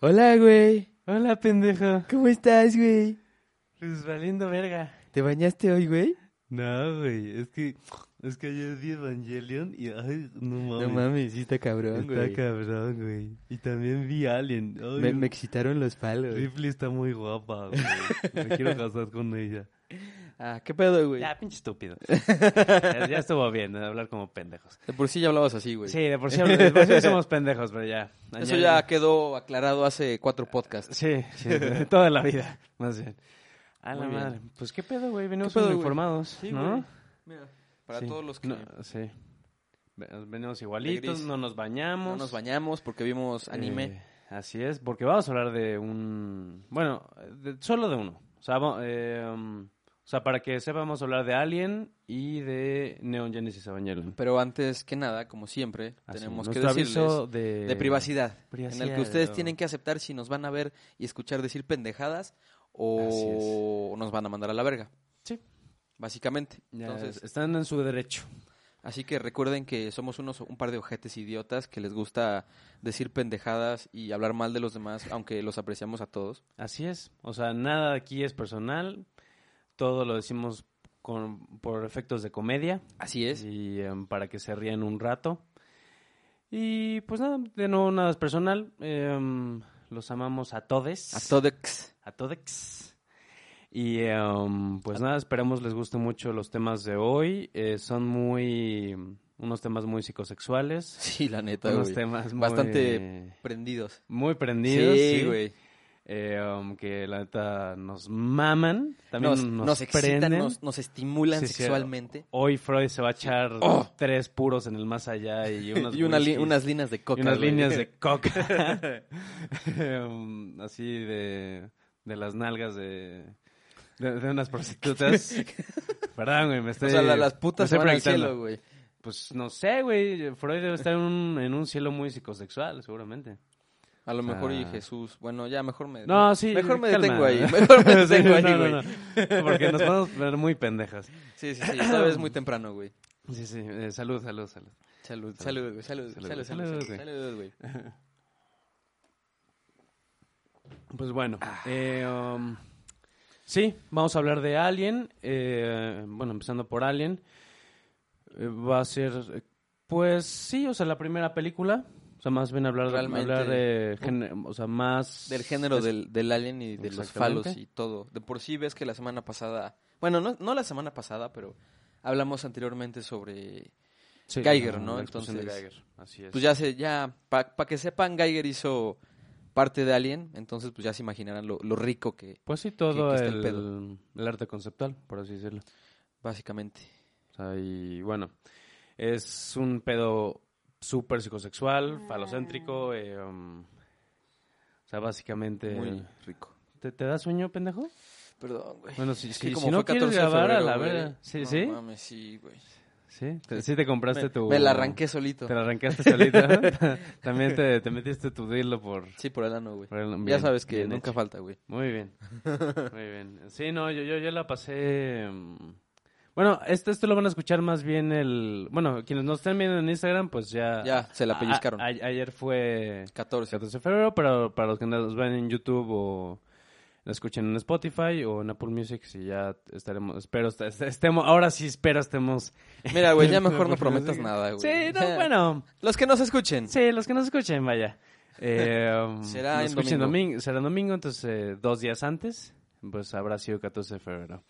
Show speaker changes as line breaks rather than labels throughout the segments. Hola, güey.
Hola, pendejo.
¿Cómo estás, güey?
Pues valiendo verga.
¿Te bañaste hoy, güey?
No, güey, es que es que ayer vi Evangelion y ay, no
No
mames.
mames, sí está cabrón,
está
güey.
cabrón, güey. Y también vi Alien. Ay,
Me, me excitaron los palos.
Ripley está muy guapa, güey. Me quiero casar con ella.
Ah, ¿qué pedo, güey?
Ya, pinche estúpido. ya, ya estuvo bien de hablar como pendejos.
De por sí ya hablabas así, güey.
Sí, de por sí, de por sí somos pendejos, pero ya.
Eso ya quedó aclarado hace cuatro podcasts.
Sí, sí, de toda la vida, más bien. A la
Muy bien.
madre. Pues qué pedo, güey. Venimos
¿Qué pedo, güey?
uniformados,
Sí,
¿no?
güey. Mira, para
Sí,
todos los que
no,
no,
sí. Ve- Venimos igualitos,
gris.
no nos bañamos.
nos bañamos porque vimos anime.
Eh, así es, porque vamos a hablar de un... Bueno, de- solo de uno. O sea, va- eh, um, o sea, para que sepa, vamos a hablar de Alien y de Neon Genesis Evangelion.
Pero antes que nada, como siempre,
Ah,
Así,
tenemos que
nuestro
decirles
aviso de...
de privacidad, en el
privacidad,
que ustedes
¿no?
tienen que aceptar si nos van a ver y escuchar decir pendejadas o nos van a mandar a la verga,
Sí,
básicamente.
ya
Entonces,
están en su derecho.
así que recuerden que somos unos un par de ojetes idiotas que les gusta decir pendejadas y hablar mal de los demás, aunque los apreciamos a todos.
Así es. O sea, nada aquí es personal. Todo lo decimos con, por efectos de comedia.
Así es.
Y em, para que se rían un rato. Y pues nada, de nuevo nada es personal. em, los amamos a todes.
A todos.
A todex. Y em, pues nada, esperamos les guste mucho los temas de hoy. Eh, son muy... Unos temas muy psicosexuales.
Sí, la neta,
unos
güey.
temas muy...
Bastante Prendidos.
Muy prendidos.
sí, güey.
Eh, um, que la neta nos maman, también
Nos,
nos,
nos excitan,
prenden.
nos, nos estimulan
Sí, sí.
sexualmente.
Hoy Freud se va a echar tres puros en el más allá y unas,
Oh. y una li-
whiskies
unas líneas de
y
coca.
unas
güey.
líneas de coca. Um, así de, de las nalgas de, de, de unas prostitutas. Perdón, güey, me estoy...
O sea, la- las putas
me
se
estoy
van al
proyectando.
cielo, güey.
Pues no sé, güey. Freud debe estar en un, en un cielo muy psicosexual, seguramente.
A lo mejor y
Ah.
Jesús. Bueno, ya mejor me.
No, sí.
Eh, Mejor me
calma.
detengo ahí. Mejor me
Sí,
detengo ahí,
no,
güey.
no, no, Porque nos podemos poner muy pendejas.
Sí, sí, sí. Esta vez es muy temprano, güey.
Sí, sí. eh, salud, salud, salud.
Salud, salud, güey. Salud,
Salud,
salud, salud,
salud,
salud,
güey.
salud, güey.
Pues bueno.
Ah.
eh, um, sí, vamos a hablar de Alien. eh, bueno, empezando por Alien. Eh, va a ser. eh, Pues sí, o sea, la primera película. O sea, más bien hablar,
Realmente.
hablar eh, gene- o sea, más...
Del género
es-
del, del alien y de los
Exactamente.
falos y todo. De por sí ves que la semana pasada. Bueno, no, no la semana pasada, pero hablamos anteriormente sobre.
sí,
Geiger,
la-
¿no?
la explosión de
Entonces,
Geiger, Así es.
Pues ya se, ya. Para que sepan, Geiger hizo parte de Alien. Entonces, pues ya se imaginarán lo, lo rico que,
Pues sí, todo
que está el
el,
este pedo.
el arte conceptual, por así decirlo.
básicamente.
O sea, y bueno, es un pedo súper psicosexual, falocéntrico. eh, um, o sea, básicamente.
Muy rico.
¿Te, te da sueño, pendejo?
Perdón, güey.
Bueno, si,
Es que
si,
como
si no
fue
quieres
14 de
grabar, a
febrero,
la
güey.
verga. ¿Sí?
No
¿sí?
mames, sí, güey.
¿Sí? ¿Te, sí te compraste tu.
Me la arranqué solito.
Te la arrancaste solito. ¿no? También te, te metiste tu dilo por.
Sí, por el ano, güey.
por el-
ya
bien,
sabes que
bien
nunca
hecho.
falta, güey.
Muy bien. Muy bien. Sí, no, yo, yo, yo la pasé. mm, Bueno, esto, esto lo van a escuchar más bien el. Bueno, quienes nos estén viendo en Instagram, pues ya.
Ya, se la
a-
pellizcaron.
a- ayer fue
14.
14 de febrero, pero para los que nos ven en YouTube o la escuchen en Spotify o en Apple Music, si ya estaremos. Espero est- est- estemos. Ahora sí, espero estemos.
Mira, güey, ya mejor no prometas nada, güey.
Sí, no,
Ya.
bueno.
Los que nos escuchen.
Sí, los que nos escuchen, vaya. Eh,
Será
nos
en
escuchen
domingo.
domin- Será domingo, entonces eh, dos días antes, pues habrá sido 14 de febrero.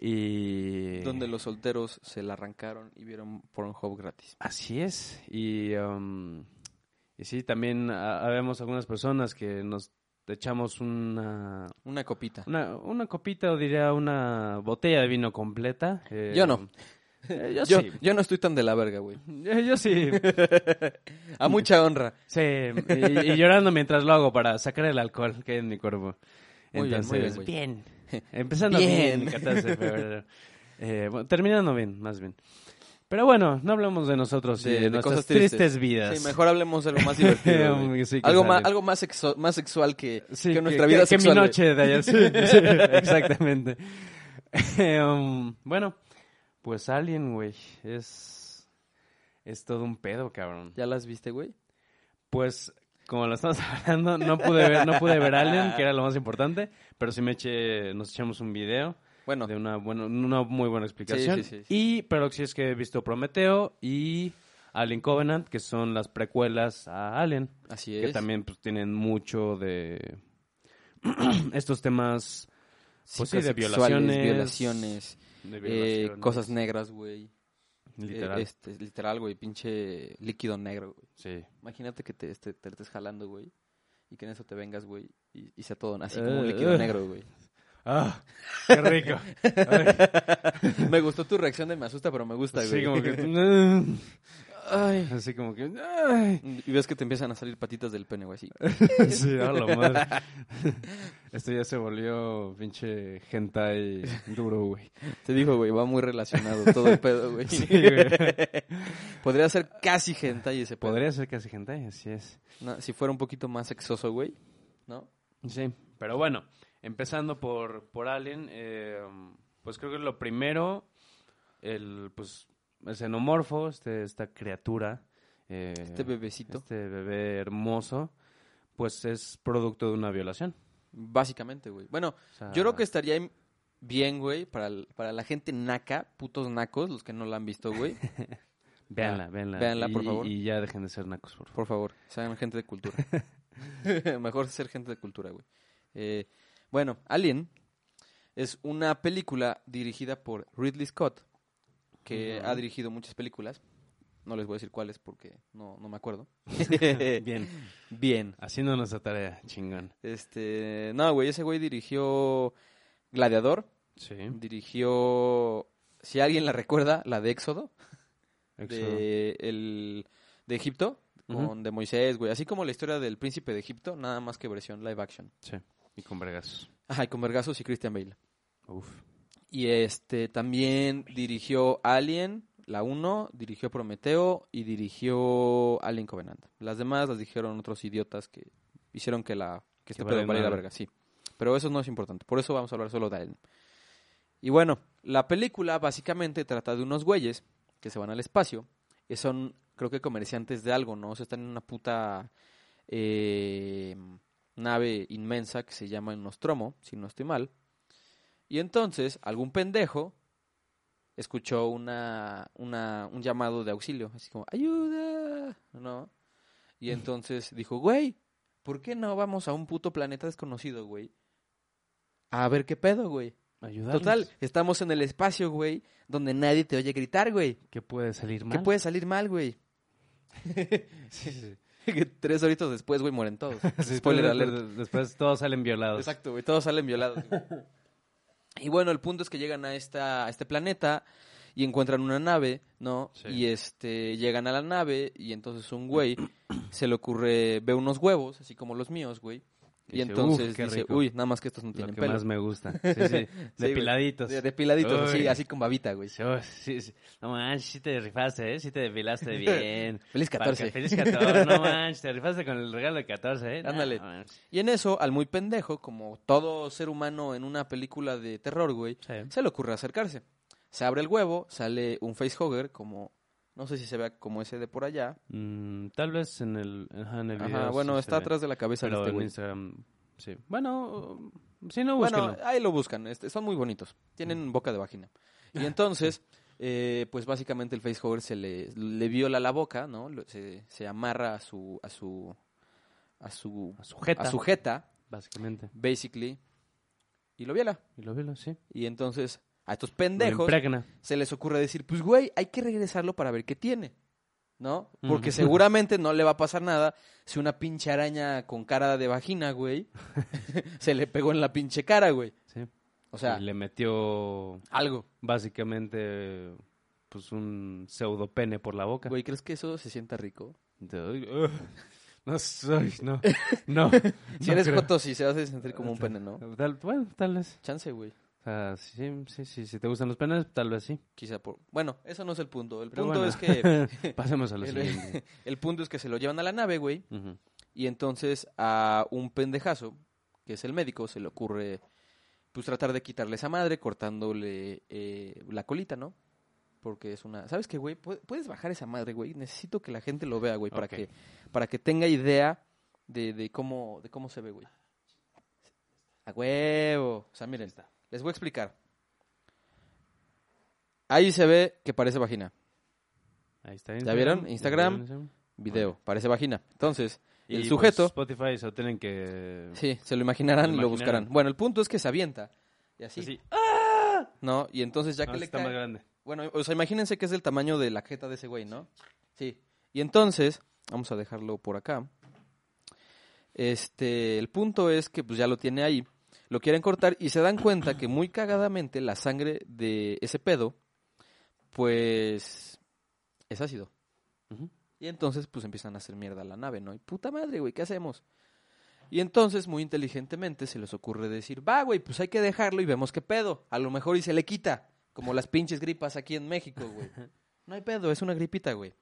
Y...
Donde los solteros se la arrancaron y vieron Pornhub gratis.
Así es. Y, um, y sí, también ah, habemos algunas personas que nos echamos una,
Una copita.
una, una copita o diría una botella de vino completa. eh,
Yo no.
eh, yo,
Yo,
sí.
yo no estoy tan de la verga, güey.
Yo- yo sí.
A mucha honra.
Sí, y, y llorando mientras lo hago para sacar el alcohol que hay en mi cuerpo.
Muy bien, muy bien,
Entonces,
güey.
bien, Empezando
Bien.
bien, 14 de febrero. Eh, bueno, terminando bien, más bien. Pero bueno, no hablamos de nosotros y de, nuestras tristes. vidas.
Sí, mejor hablemos de algo más divertido. güey.
Sí, que
algo,
sale.
más, algo más, sexo- más sexual que,
Sí,
que nuestra vida
que
sexual.
mi
güey.
noche de ayer, sí, sí, exactamente. Eh, um, bueno, pues Alien, güey, es, es todo un pedo, cabrón.
¿Ya las viste, güey?
Pues como lo estamos hablando, no pude ver, no pude ver Alien, que era lo más importante, pero sí me eché, nos echamos un video
Bueno,
de una buena, una muy buena explicación.
Sí, sí, sí, sí.
Y, pero sí es que he visto Prometeo y Alien Covenant, que son las precuelas a Alien,
así
que
es.
también pues, tienen mucho de estos temas pues sí, de
Psicosexuales,
violaciones,
violaciones,
de
eh,
violaciones,
cosas negras, güey.
literal.
Eh, este, literal, güey, pinche líquido negro, güey.
sí.
Imagínate que te, este, te estés jalando, güey, y que en eso te vengas, güey, y, y sea todo así como un
Eh,
líquido
eh.
negro, güey.
Ah, qué rico. Ay,
me gustó tu reacción de me asusta, pero me gusta, güey.
así como que
Ay.
así como que ay.
Y ves que te empiezan a salir patitas del pene, güey, así.
Sí, a la madre. Esto ya se volvió pinche hentai duro, güey.
Te dijo, güey, va muy relacionado todo el pedo, güey.
Sí, güey.
Podría ser casi hentai ese pedo.
Podría ser casi hentai, así es.
No, si fuera un poquito más sexoso, güey, ¿no?
Sí, pero bueno, empezando por, por Alien, eh, pues creo que lo primero, el, pues, el xenomorfo, este, esta criatura. eh,
Este bebecito,
este bebé hermoso, pues es producto de una violación.
básicamente, güey. Bueno,
O sea,
yo creo que estaría im- bien, güey, para, el- para la gente naca, putos nacos, los que no la han visto, güey.
Véanla, véanla.
véanla, por
Y-
favor.
Y ya dejen de ser nacos, por favor.
Por favor, sean gente de cultura. Mejor ser gente de cultura, güey. Eh, bueno, Alien es una película dirigida por Ridley Scott, que
Ujú.
ha dirigido muchas películas. No les voy a decir cuáles porque no, no me acuerdo. Eh,
Bien,
Bien.
haciendo nuestra tarea, chingón.
Este, no, güey, ese güey dirigió Gladiador,
Sí.
dirigió, si alguien la recuerda, la de Éxodo,
Éxodo.
de, el, de Egipto,
Ujú.
con de Moisés, güey. Así como la historia del príncipe de Egipto, nada más que versión live action.
Sí. Y con vergas.
Ajá, y con Vergazos y Christian Bale.
Uf.
Y este, también dirigió Alien, la 1, dirigió Prometeo y dirigió Alien Covenant. Las demás las dijeron otros idiotas que hicieron que la que este
Que
pedo
valen
valiera
madre.
verga, sí. Pero eso no es importante, por eso vamos a hablar solo de Alien. Y bueno, la película básicamente trata de unos güeyes que se van al espacio y son, creo que comerciantes de algo, ¿no? O sea, están en una puta eh, nave inmensa que se llama Nostromo, si no estoy mal. Y entonces, algún pendejo escuchó una, una, un llamado de auxilio, así como, ayuda, ¿no? Y entonces dijo, güey, ¿por qué no vamos a un puto planeta desconocido, güey? A ver qué pedo, güey.
Ayudarles.
Total, estamos en el espacio, güey, donde nadie te oye gritar, güey.
¿Qué puede salir mal?
¿Qué puede salir mal, güey?
Sí, sí.
Que Tres horitos después, güey, mueren todos.
Sí,
Spoiler
después-
alert.
Después todos salen violados.
Exacto, güey. Todos salen violados. güey. y bueno, el punto es que llegan a, esta, a este planeta y encuentran una nave, ¿no?
Sí.
Y este llegan a la nave y entonces un güey se le ocurre, ve unos huevos, así como los míos, güey. Y,
Dice, "Uf,
entonces
qué
dice,
rico".
uy, nada más que estos no
Lo
tienen
que
pelo.
más me gusta. Sí, sí.
güey.
Depiladitos.
De- Depiladitos, así,
Uy.
así con babita, güey.
Sí, oh, sí, sí. No manches, sí te rifaste, ¿eh? Sí te depilaste bien.
Feliz 14.
Para que- Feliz 14, no manches, te rifaste con el regalo de 14, ¿eh? No,
Ándale.
no manches.
Y en eso, al muy pendejo, como todo ser humano en una película de terror, güey,
Sí.
se le ocurre acercarse. Se abre el huevo, sale un facehugger, como, no sé si se vea como ese de por allá.
Mm, tal vez en el, ajá, en el video.
Ajá,
sí
bueno,
se
está
ve.
atrás de la cabeza
Pero
de este
en
güey.
Instagram, sí. Bueno, si no, búsquenlo. Mm.
Bueno, ahí lo buscan, este, son muy bonitos, tienen boca de vagina. Y entonces, eh, pues básicamente el facehugger se le, le viola la boca, ¿no? Lo- Se, se amarra a su, a su, a su,
A sujeta,
a su jeta,
básicamente.
basically, y lo viola.
Y lo velo, sí.
Y entonces, a estos
Lo
pendejos...
impregna.
se les ocurre decir, pues güey, hay que regresarlo para ver qué tiene, ¿no? Porque
Ujú.
seguramente no le va a pasar nada si una pinche araña con cara de vagina, güey, se le pegó en la pinche cara, güey.
Sí.
O sea,
y le metió
algo.
básicamente pues un pseudo pene por la boca.
Güey, ¿crees que eso se sienta rico?
Entonces, ugh, no soy, no. No.
Si
no
eres
creo.
foto, sí se hace sentir como un pene, ¿no?
Tal- bueno, tal vez.
Chance, güey.
O sea, sí, sí, sí, si te gustan los penes, tal vez sí.
Quizá por... Bueno, eso no es el punto. El
Pero
punto
bueno,
es que...
pasemos a lo
el,
siguiente.
el punto es que se lo llevan a la nave, güey.
Ujú.
Y entonces a un pendejazo, que es el médico, se le ocurre pues tratar de quitarle esa madre cortándole eh, la colita, ¿no? Porque es una... ¿Sabes qué, güey? Pu- Puedes bajar esa madre, güey. Necesito que la gente lo vea, güey, para,
Ok.
que, para que tenga idea de, de cómo, de cómo se ve, güey. A huevo. O sea, miren, les voy a explicar. Ahí se ve que parece vagina.
Ahí está.
vieron? Instagram.
¿Ya vieron?
Video, parece vagina. Entonces,
Y,
el
pues,
sujeto,
Spotify se lo tienen que.
sí, se lo imaginarán y
lo
lo
imaginarán.
buscarán. Bueno, el punto es que se avienta. Y así,
Así.
¿no? Y entonces ya
Pues No,
que le
está
cae,
más grande.
Bueno, o sea, imagínense que es del tamaño de la jeta de ese güey, ¿no? Sí. Y entonces, vamos a dejarlo por acá. Este, el punto es que pues ya lo tiene ahí. Lo quieren cortar y se dan cuenta que muy cagadamente la sangre de ese pedo, pues, es ácido.
Ujú.
Y entonces, pues empiezan a hacer mierda a la nave, ¿no? Y puta madre, güey, ¿qué hacemos? Y entonces, muy inteligentemente, se les ocurre decir, va, güey, pues hay que dejarlo y vemos qué pedo. A lo mejor y se le quita, como las pinches gripas aquí en México, güey. No hay pedo, es una gripita, güey.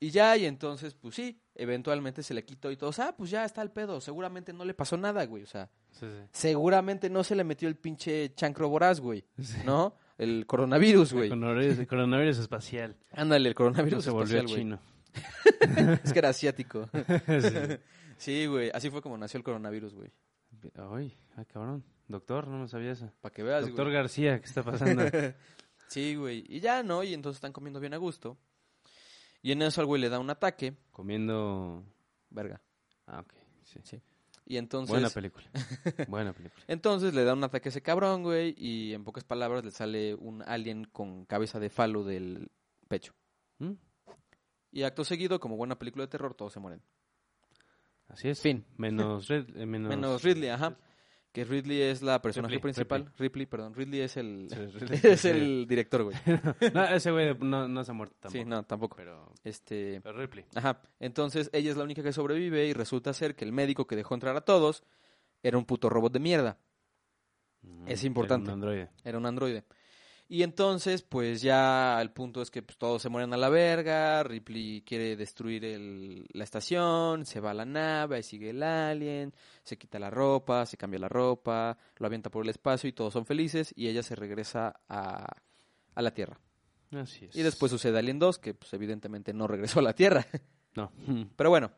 Y ya, y entonces, pues sí, eventualmente se le quitó y todos, ah, pues ya está el pedo, seguramente no le pasó nada, güey, o sea,
Sí, sí.
seguramente no se le metió el pinche chancro voraz, güey, ¿no? El coronavirus, güey.
Coronavirus, coronavirus espacial.
Ándale, el
No
coronavirus
se volvió
espacial, güey.
chino.
Es que era asiático.
Sí.
Sí, güey, así fue como nació el coronavirus, güey.
Ay, ay, cabrón. Doctor, no me sabía eso.
Para que veas,
Doctor
güey.
García, ¿qué está pasando?
Sí, güey. Y ya, ¿no? Y entonces están comiendo bien a gusto. Y en eso al güey le da un ataque.
Comiendo.
Verga.
Ah, ok. Sí.
Y entonces...
Buena película. Buena película.
Entonces le da un ataque a ese cabrón, güey, y en pocas palabras le sale un alien con cabeza de falo del pecho.
¿Mm?
Y acto seguido, como buena película de terror, todos se mueren.
Así es.
Fin.
Menos, Rid- eh, menos...
Menos Ridley, ajá. Que Ridley es la personaje
Ripley,
principal. Ripley. perdón. Ridley es el,
Sí, Ridley.
es el director, güey.
No, ese güey no, no se ha muerto tampoco.
Sí, no, tampoco.
Pero,
Este,
pero Ripley.
ajá. Entonces ella es la única que sobrevive y resulta ser que el médico que dejó entrar a todos era un puto robot de mierda.
Mm,
Es importante.
era un androide.
Era un androide. Y entonces, pues ya el punto es que pues, todos se mueren a la verga, Ripley quiere destruir el- la estación, se va a la nave, ahí sigue el alien, se quita la ropa, se cambia la ropa, lo avienta por el espacio y todos son felices y ella se regresa a, a la Tierra.
Así es.
Y después sucede Alien 2, que pues, evidentemente no regresó a la Tierra.
No.
Pero bueno,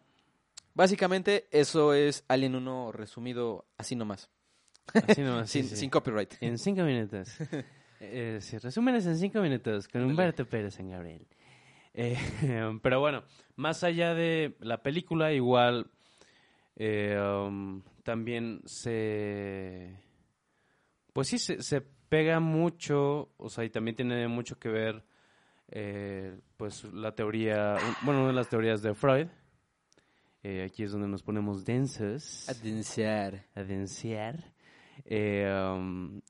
básicamente eso es Alien 1 resumido así nomás,
Así nomás. sí,
sin,
sí.
sin copyright.
En cinco minutos. Eh, sí, resúmenes en cinco minutos con Humberto Pérez en Gabriel. Eh, pero bueno, más allá de la película, igual eh, um, también se... Pues sí, se, se pega mucho, o sea, y también tiene mucho que ver, eh, pues, la teoría, un- bueno, una de las teorías de Freud. Eh, aquí es donde nos ponemos densos
Atenciar.
a denunciar. Eh, um,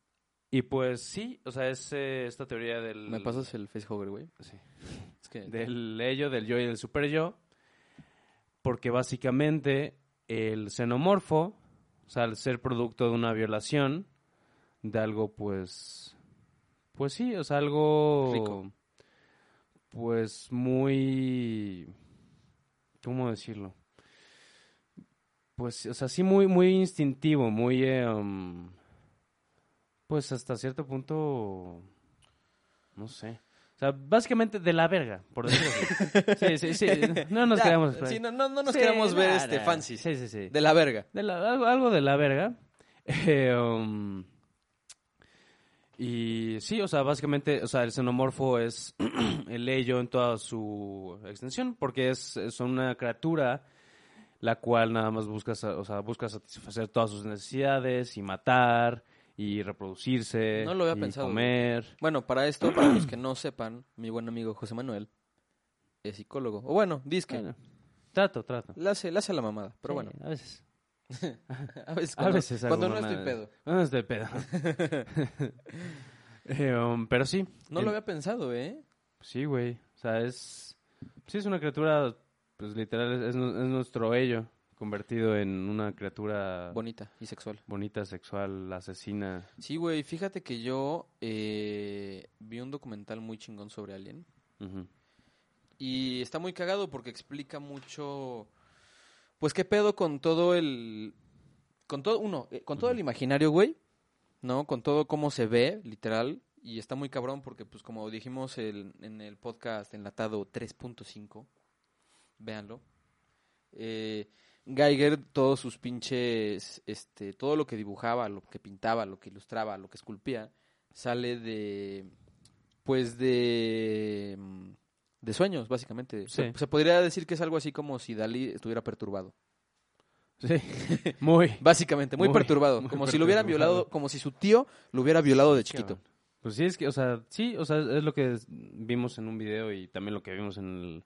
y pues sí, o sea, es eh, esta teoría del...
¿Me pasas el facehugger, güey?
Sí.
Es que
Del ello, del yo y del super yo. Porque básicamente el xenomorfo, o sea, al ser producto de una violación, de algo pues... Pues sí, o sea, algo...
Rico.
Pues muy... ¿Cómo decirlo? Pues, o sea, sí muy, muy instintivo, muy... eh, um, pues hasta cierto punto... No sé. O sea, básicamente de la verga, por decirlo así. Sí, sí, sí. No nos
Ya,
quedamos...
sí, no, no- no nos
Sí,
queremos ver
nah,
este
nah.
fancy.
Sí, sí, sí.
De la verga.
De la- algo, algo de la verga. Eh, um, y sí, o sea, básicamente, o sea, el xenomorfo es el ello en toda su extensión, porque es, es una criatura la cual nada más busca, sa- o sea, busca satisfacer todas sus necesidades y matar y reproducirse
No lo había
y
pensado, güey.
comer.
Bueno, para esto, para los que no sepan, mi buen amigo José Manuel es psicólogo. O bueno, dice que
Bueno, trato, trato.
la, hace, la hace a la mamada, pero
Sí,
bueno.
A
A
veces.
veces
A
cuando,
veces hago
cuando no estoy
mamadas.
pedo.
Cuando no estoy pedo. Eh, um, pero sí.
No
en-
lo había pensado, ¿eh?
Sí, güey. O sea, es. Sí, es una criatura. Pues literal, es, es nu- es nuestro ello. Convertido en una criatura
Bonita y sexual.
bonita, sexual, asesina.
Sí, güey, fíjate que yo eh, vi un documental muy chingón sobre Alien.
Ujú.
Y está muy cagado porque explica mucho. Pues qué pedo con todo el. Con todo. Uno, eh, con todo el imaginario, güey. ¿No? Con todo cómo se ve, literal. Y está muy cabrón porque, pues, como dijimos el- en el podcast enlatado 3.5, véanlo. eh, Geiger, todos sus pinches, este, todo lo que dibujaba, lo que pintaba, lo que ilustraba, lo que esculpía, sale de, pues de, mm, de sueños, básicamente. Se,
Sí.
se podría decir que es algo así como si Dalí estuviera perturbado.
Sí. Muy.
Básicamente, muy,
Muy,
perturbado.
muy
como si lo hubieran
perturbado.
violado, como si su tío lo hubiera violado de chiquito.
Cabrón. Pues sí, es que, o sea, sí, o sea, es lo que es- vimos en un video y también lo que vimos en, el-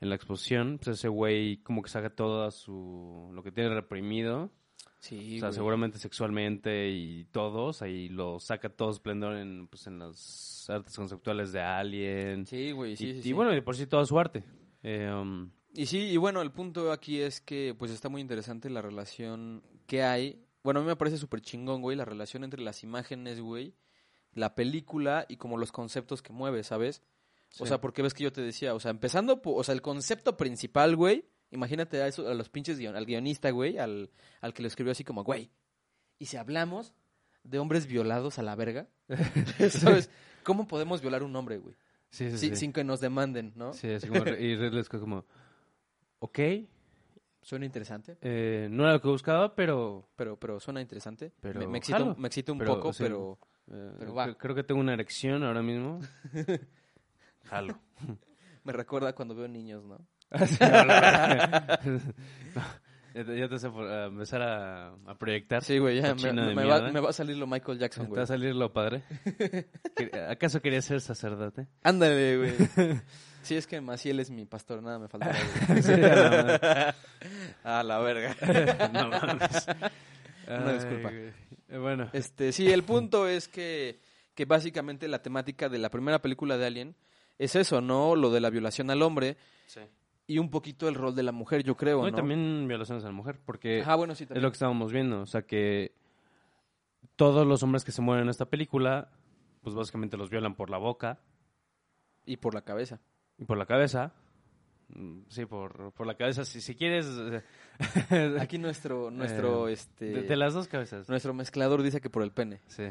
en la exposición. Pues ese güey como que saca todo su, lo que tiene reprimido.
Sí,
o sea,
güey.
seguramente sexualmente y todos. Ahí lo saca todo esplendor en, pues, en las artes conceptuales de Alien.
Sí, güey, sí,
y,
sí,
y
sí.
bueno, y por sí toda su arte. Eh, um,
Y sí, y bueno, el punto aquí es que pues está muy interesante la relación que hay. Bueno, a mí me parece súper chingón, güey, la relación entre las imágenes, güey, la película y como los conceptos que mueve, ¿sabes? O
Sí.
sea, porque ves que yo te decía, o sea, empezando, po- o sea, el concepto principal, güey, imagínate a, eso, a los pinches, guion- al guionista, güey, al, al que lo escribió así como, güey, y si hablamos de hombres violados a la verga, ¿sabes? ¿Cómo podemos violar un hombre, güey?
sí, sí,
Sí,
sí.
Sin que nos demanden, ¿no?
Sí, así como- y Ridley Scott como, ok,
Suena interesante.
eh, no era lo que buscaba, pero...
pero, pero suena interesante.
Pero
me, me excita,
jalo.
un- me excita un
Pero,
poco,
o sea,
pero
Eh,
Pero va.
cre- Creo que tengo una erección ahora mismo. Jalo.
me recuerda cuando veo niños, ¿no?
ya te, ya te vas a por- a empezar a, a proyectar.
Sí, güey, ya me,
Cochino de
me va,
mierda.
me va a salir lo Michael Jackson,
¿Te va
güey.
a salir lo padre? ¿Que- ¿Acaso querías ser sacerdote?
Ándale, güey. sí, es que Maciel es mi pastor, nada me falta.
Sí, a la madre.
a la verga.
no mames.
Una disculpa.
Ay, güey. Eh, bueno,
Este, sí, el punto es que, que básicamente la temática de la primera película de Alien es eso, ¿no? Lo de la violación al hombre y un poquito el rol de la mujer, yo creo,
No,
¿no?
y también violaciones a la mujer, porque
Ajá, bueno, sí,
es
también.
lo que estábamos viendo. O sea, que todos los hombres que se mueren en esta película, pues básicamente los violan por la boca.
Y por la cabeza.
Y por la cabeza. Mm, Sí, por, por la cabeza. Si, si quieres. eh,
Aquí nuestro, nuestro,
Eh,
este,
de, de las dos cabezas.
nuestro mezclador dice que por el pene.
Sí.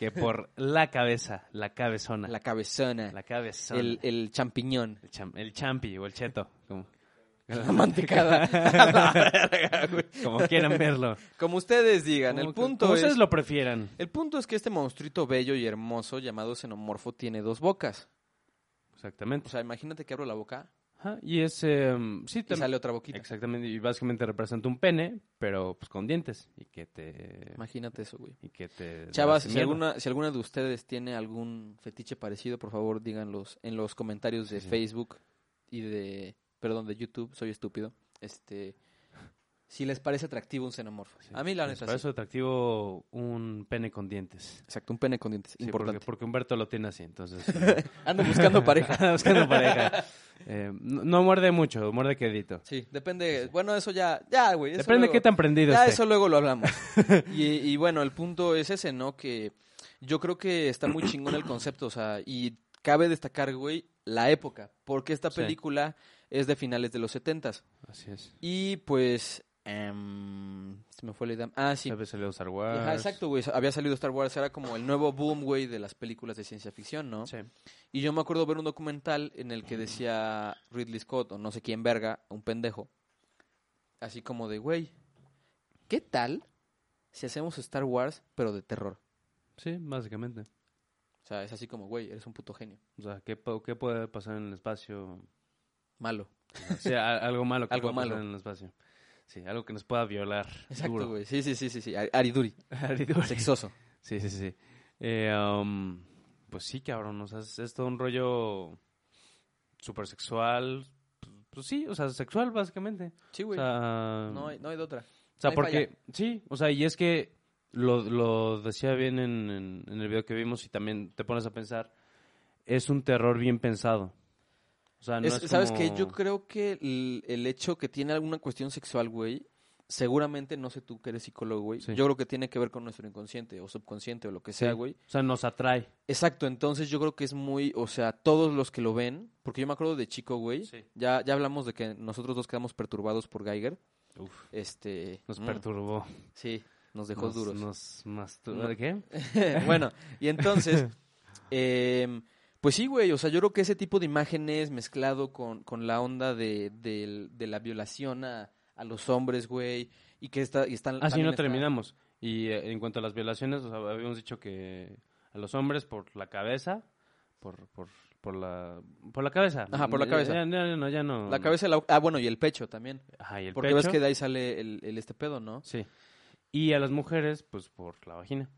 Que por la cabeza. La cabezona.
La cabezona.
La cabezona.
el, el champiñón.
El cham- el champi o el cheto. Como,
La mantecada. La verga, güey.
como quieran verlo.
Como ustedes digan, el
Como-
punto
como
es...
ustedes lo prefieran.
El punto es que este monstruito bello y hermoso llamado xenomorfo tiene dos bocas. O
Exactamente.
sea, imagínate que abro la boca
Ajá, Y es. eh, sí,
y
tam-
sale otra boquita.
Exactamente. Y básicamente representa un pene, pero pues con dientes. Y que te.
Imagínate eso, güey.
Y que te.
Chavas,
hace
si
mierda.
alguna, si alguna de ustedes tiene algún fetiche parecido, por favor díganlos en los comentarios de
Sí, sí.
Facebook y de, perdón, de YouTube, soy estúpido. Este, si les parece atractivo un xenomorfo.
Sí.
A mí la
Les
neta sí.
parece atractivo un pene con dientes.
Exacto, un pene con dientes,
Sí,
importante.
Porque, porque Humberto lo tiene así, entonces. eh,
Ando buscando pareja.
buscando pareja. Eh, no, no muerde mucho, muerde quedito.
Sí, depende. Bueno, eso ya, ya, güey. eso
Depende
luego-
de qué tan prendido
Ya,
esté.
eso luego lo hablamos. y, y bueno, el punto es ese, ¿no? Que yo creo que está muy chingón el concepto, o sea, y cabe destacar, güey, la época, porque esta
Sí.
película es de finales de los setentas.
Así es.
Y pues, em, se me fue la idea. Ah, sí.
Tal vez salió Star Wars.
Ajá, exacto, güey. Había salido Star Wars, era como el nuevo boom, güey, de las películas de ciencia ficción, ¿no?
Sí.
Y yo me acuerdo ver un documental en el que decía Ridley Scott, o no sé quién verga, un pendejo. Así como de, güey, ¿qué tal si hacemos Star Wars, pero de terror?
Sí, básicamente.
O sea, es así como, güey, eres un puto genio.
O sea, ¿qué, po- qué puede pasar en el espacio?
Malo.
O sea, a- algo malo que
Algo
pueda pasar
malo.
en el espacio. Sí, algo que nos pueda violar.
Exacto,
duro.
güey. Sí, sí, sí, sí, sí. Ari- Ariduri.
Ariduro.
Sexoso.
Sí, sí, sí. Eh, um, pues sí, cabrón. O sea, es, es todo un rollo súper sexual. Pues, pues sí, o sea, sexual básicamente.
Sí,
O
güey.
sea,
No hay, no hay de otra.
o
no
sea,
hay
porque sí, o sea, y es que lo, lo decía bien en, en- en el video que vimos y también te pones a pensar, es un terror bien pensado. O sea, no
Es-
es,
¿Sabes
como-
qué? Yo creo que el, el hecho que tiene alguna cuestión sexual, güey, seguramente, no sé tú que eres psicólogo, güey,
Sí.
yo creo que tiene que ver con nuestro inconsciente o subconsciente o lo que sea,
Sí.
güey.
O sea, nos atrae.
Exacto, entonces yo creo que es muy, o sea, todos los que lo ven, porque yo me acuerdo de chico, güey,
Sí.
ya, ya hablamos de que nosotros dos quedamos perturbados por Geiger, este...
nos
mm,
perturbó.
Sí, nos dejó
nos,
duros.
Nos
No. Eh,
masturbó. ¿Qué?
bueno, y entonces, em, pues sí, güey, o sea, yo creo que ese tipo de imágenes mezclado con, con la onda de, del- de la violación a, a los hombres, güey, y que está, y están...
Así
también
Ah, no
está-
terminamos. Y eh, en cuanto a las violaciones, o sea, habíamos dicho que a los hombres por la cabeza, por, por, por la por la cabeza.
Ajá, por la
Ya-
cabeza.
Ya, ya no, ya no.
La cabeza, y la- ah, bueno, y el pecho también.
Ajá, y el
porque
pecho.
ves que de ahí sale el, el este pedo, ¿no?
Sí. Y a las mujeres, pues por la vagina.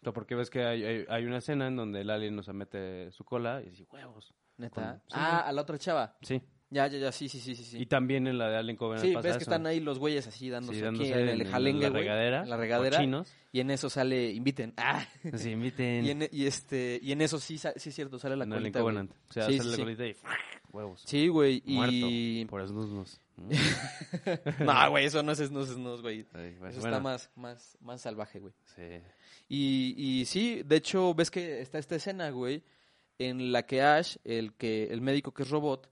O sea, porque ves que hay, hay- hay una escena en donde el alien nos mete su cola y dice, huevos.
Neta.
Con- sí,
ah, a la otra chava.
Sí.
Ya, ya, ya, sí, sí, sí, sí. sí.
Y también en la de Alien Covenant
Sí,
pasa
ves que
eso.
están ahí los güeyes así dándose,
Sí,
aquí
dándose
en el jalengue,
la
güey,
regadera.
en la regadera,
Chinos.
y en eso sale, inviten, ah,
Sí, inviten.
y, en, y este, y en eso sí, sa- sí es cierto, sale la
en Alien
colita, güey.
Covenant. O sea,
Sí,
sale la
sí.
colita y huevos.
Sí, güey, y...
Muerto por esnuznos. Mm.
No, güey, eso no es no es no, güey.
Ay, bueno,
Eso
pues, bueno,
está más, más, más salvaje, güey.
sí.
Y, y sí, de hecho, ves que está esta escena, güey, en la que Ash, el que, el médico que es robot,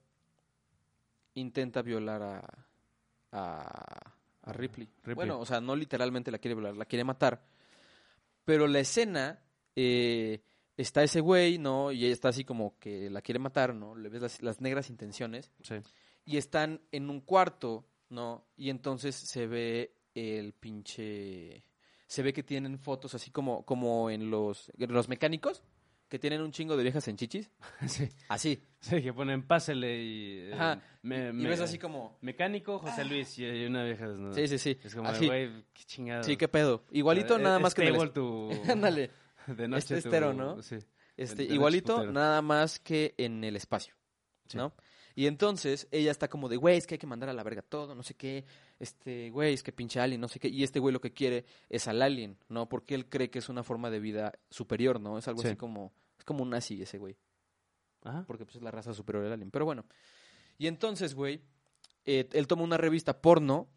intenta violar a, a, a Ripley.
Ripley.
Bueno, o sea, no literalmente la quiere violar, la quiere matar. Pero la escena, eh, está ese güey, ¿no? Y ella está así como que la quiere matar, ¿no? Le ves las, las negras intenciones.
Sí.
Y están en un cuarto, ¿no? Y entonces se ve el pinche se ve que tienen fotos así como, como en los, en los mecánicos, que tienen un chingo de viejas en chichis.
sí.
Así.
Sí, que ponen pásele y... eh,
Ajá.
me-
y
me- Ah.
ves así como. Ah.
Mecánico José Luis y hay una vieja desnuda.
Sí, sí, sí.
Es como,
así.
güey, qué chingado.
Sí, qué pedo. Igualito,
Ah. Eh,
nada
es
más que.
Table
del-
tu...
Ándale.
De noche
Este
tu-
estero, ¿no?
Sí.
Este,
Del- del
igualito,
chutero.
nada más que en el espacio.
Sí.
¿No? Y entonces ella está como de, güey, es que hay que mandar a la verga todo, no sé qué. Este, güey, es que pinche alien, no sé qué. Y este güey lo que quiere es al alien, ¿no? Porque él cree que es una forma de vida superior, ¿no? Es algo
Sí.
así como. Es como un nazi ese güey.
Ajá.
porque pues, es la raza superior al alien. Pero bueno. Y entonces, güey, eh, él toma una revista porno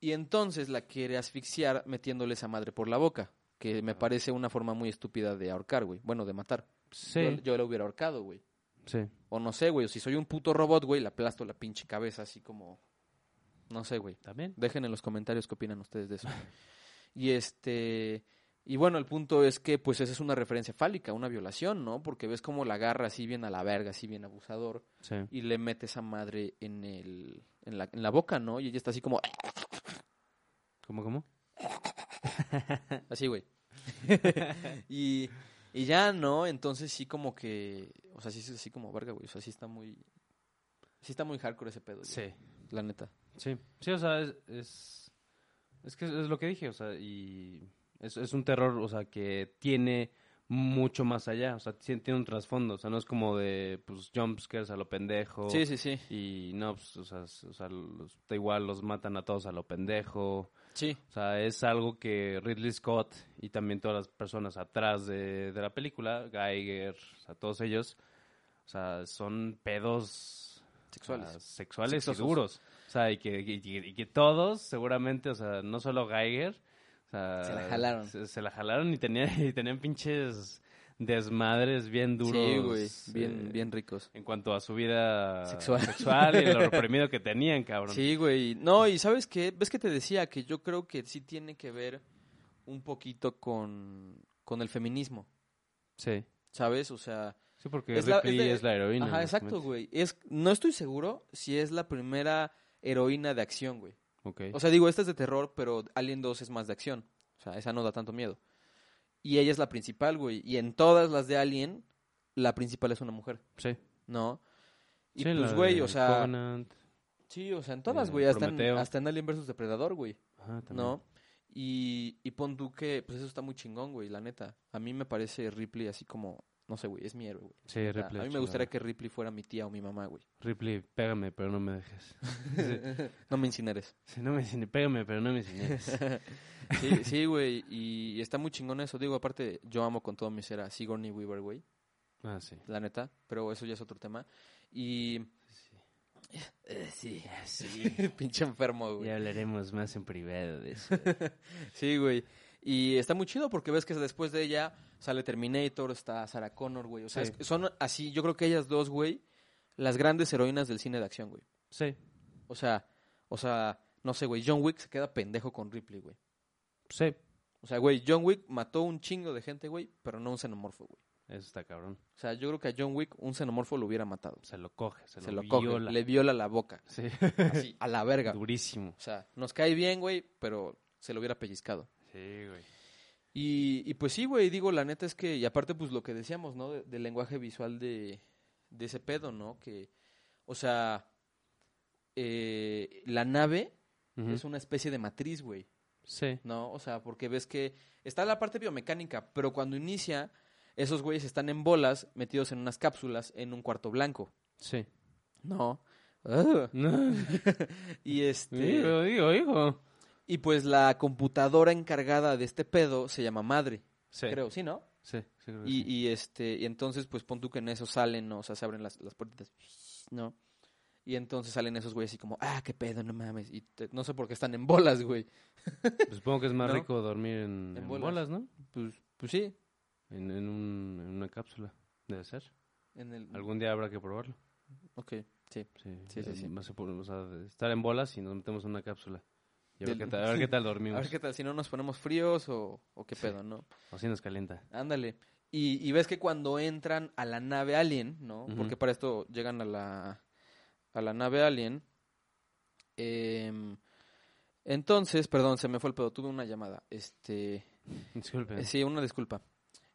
y entonces la quiere asfixiar metiéndole esa madre por la boca. Que me parece una forma muy estúpida de ahorcar, güey. Bueno, de matar.
Sí,
Yo, yo la hubiera ahorcado, güey.
sí.
O no sé, güey. O si soy un puto robot, güey, le aplasto la pinche cabeza así como... No sé, güey.
¿También?
Dejen en los comentarios qué opinan ustedes de eso. Y este y bueno, el punto es que pues esa es una referencia fálica, una violación, ¿no? Porque ves cómo la agarra así bien a la verga, así bien abusador
Sí.
y le mete esa madre en el en la, en la boca, ¿no? Y ella está así como
¿Cómo, cómo?
así, güey. y y ya, ¿no? Entonces sí como que, o sea, sí es así como verga, güey, o sea, sí está muy sí está muy hardcore ese pedo, güey,
Sí.
la neta.
Sí, sí, o sea, es, es, es que es lo que dije, o sea, y es, es un terror, o sea, que tiene mucho más allá, o sea, sí tiene un trasfondo, o sea, no es como de, pues, jumpscares a lo pendejo.
Sí, sí, sí.
Y no, pues, o sea, s- o sea, los- da igual, los matan a todos a lo pendejo.
Sí.
O sea, es algo que Ridley Scott y también todas las personas atrás de, de la película, Geiger, o sea, todos ellos, o sea, son pedos
Sexuales.
o sea, sexuales y
Sexosos.
duros. O sea, y que, y que- y que todos, seguramente, o sea, no solo Geiger, o sea,
Se la jalaron.
Se, se la jalaron y tenían, y tenían pinches desmadres bien duros.
sí, güey, bien
eh,
bien ricos.
En cuanto a su vida
Sexual.
sexual y lo reprimido que tenían, cabrón.
Sí, güey. No, y sabes qué, ves que te decía que yo creo que sí tiene que ver un poquito con, con el feminismo,
Sí.
¿sabes? O sea,
Sí, porque
Es la- es
Ripley
de-
es la heroína.
ajá, exacto,
básicamente.
güey. Es, no estoy seguro si es la primera heroína de acción, güey.
Ok.
O sea, digo, esta es de terror, pero Alien 2 es más de acción. O sea, esa no da tanto miedo. Y ella es la principal, güey. Y en todas las de Alien, la principal es una mujer,
sí.
¿no? Y
Sí,
pues,
la
güey,
de
o sea,
Covenant.
sí, o sea, en todas,
eh,
güey, hasta, en,
Prometeo.
hasta en Alien versus Depredador, güey.
Ajá, también.
¿no? Y, y pon tú que, pues eso está muy chingón, güey, la neta. A mí me parece Ripley así como, no sé, güey, es mi héroe, güey.
Sí,
O sea,
Ripley.
a mí me
chingada.
gustaría que Ripley fuera mi tía o mi mamá, güey.
Ripley, pégame, pero no me dejes. Sí.
No me incineres.
Sí, no me cine- pégame, pero no me enseñes.
Sí, sí, güey, y, y está muy chingón eso. Digo, aparte, yo amo con todo mi ser a Sigourney Weaver, güey,
Ah, sí.
la neta. Pero eso ya es otro tema. Y... Eh, Sí, pinche enfermo, güey.
Ya hablaremos más en privado de eso.
Sí, güey. Y está muy chido porque ves que después de ella sale Terminator, está Sarah Connor, güey. O sea,
Sí.
es- son así, yo creo que ellas dos, güey, las grandes heroínas del cine de acción, güey.
Sí,
O sea, o sea, no sé, güey, John Wick se queda pendejo con Ripley, güey.
sí,
O sea, güey, John Wick mató un chingo de gente, güey, pero no un xenomorfo, güey.
Eso está cabrón.
O sea, yo creo que a John Wick un xenomorfo lo hubiera matado.
Se lo coge, se,
Se,
lo,
lo, coge,
viola.
le viola la boca.
Sí,
Así, a la verga. O
durísimo.
sea, nos cae bien, güey, pero se lo hubiera pellizcado.
Sí, güey.
Y, y pues sí, güey, digo, la neta es que, y aparte, pues lo que decíamos, ¿no? De- del lenguaje visual de, de ese pedo, ¿no? Que, o sea, eh, la nave
Ujú.
es una especie de matriz, güey,
Sí.
¿no? O sea, porque ves que está la parte biomecánica, pero cuando inicia, esos güeyes están en bolas, metidos en unas cápsulas, en un cuarto blanco,
Sí.
¿no? Ah.
Digo,
y este.
digo, hijo.
Y pues la computadora encargada de este pedo se llama madre,
Sí.
creo, ¿sí, no?
Sí, sí, creo que
Y,
sí.
y, este, y entonces, pues pon tú que en eso salen, ¿no? o sea, se abren las, las puertitas, ¿no? Y entonces salen esos güeyes así como, ah, qué pedo, no mames. Y te- no sé por qué están en bolas, güey.
Pues Supongo que es más
¿No?
rico dormir en,
En
en bolas.
bolas.
¿no?
Pues, pues sí.
En, en, un- en una cápsula. Debe ser.
En el...
Algún día habrá que probarlo.
Ok, sí.
Sí,
Mm.
eh,
Sí, sí, sí.
Más se pone- o sea, de estar en bolas y nos metemos en una cápsula. Y a, ver
Del-
qué tal, a ver qué tal
A
dormimos.
ver qué tal, si no nos ponemos fríos o, o qué pedo, ¿no?
O si nos calienta.
Ándale. Y, y ves que cuando entran a la nave alien, ¿no?
Ujú.
Porque para esto llegan a la, a la nave alien. em, entonces, perdón, se me fue el pedo, tuve una llamada. Este...
Disculpe.
Eh, Sí, una disculpa.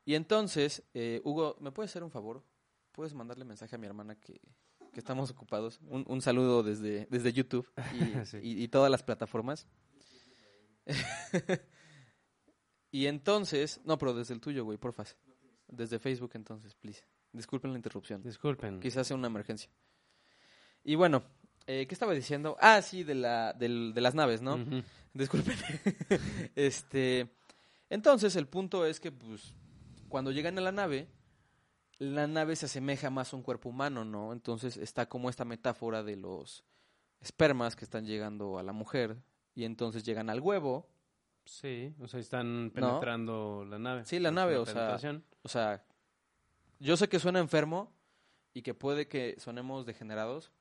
Y entonces, eh, Hugo, ¿me puedes hacer un favor? ¿Puedes mandarle mensaje a mi hermana que, que estamos ocupados? Un, un saludo desde, desde YouTube y,
Sí.
y- y todas las plataformas. y entonces, no, pero desde el tuyo, güey, porfas. Desde Facebook, entonces, please. Disculpen la interrupción.
Disculpen.
Quizás sea una emergencia. Y bueno, eh, ¿qué estaba diciendo? Ah, sí, de, la, del- de las naves, ¿no?
Ujú.
Disculpen. este, entonces el punto es que pues cuando llegan a la nave, la nave se asemeja más a un cuerpo humano, ¿no? Entonces está como esta metáfora de los espermas que están llegando a la mujer y entonces llegan al huevo,
Sí, o sea, están penetrando la nave.
Sí, la
Es
nave,
una
o sea,
penetración.
o sea, yo sé que suena enfermo y que puede que sonemos degenerados.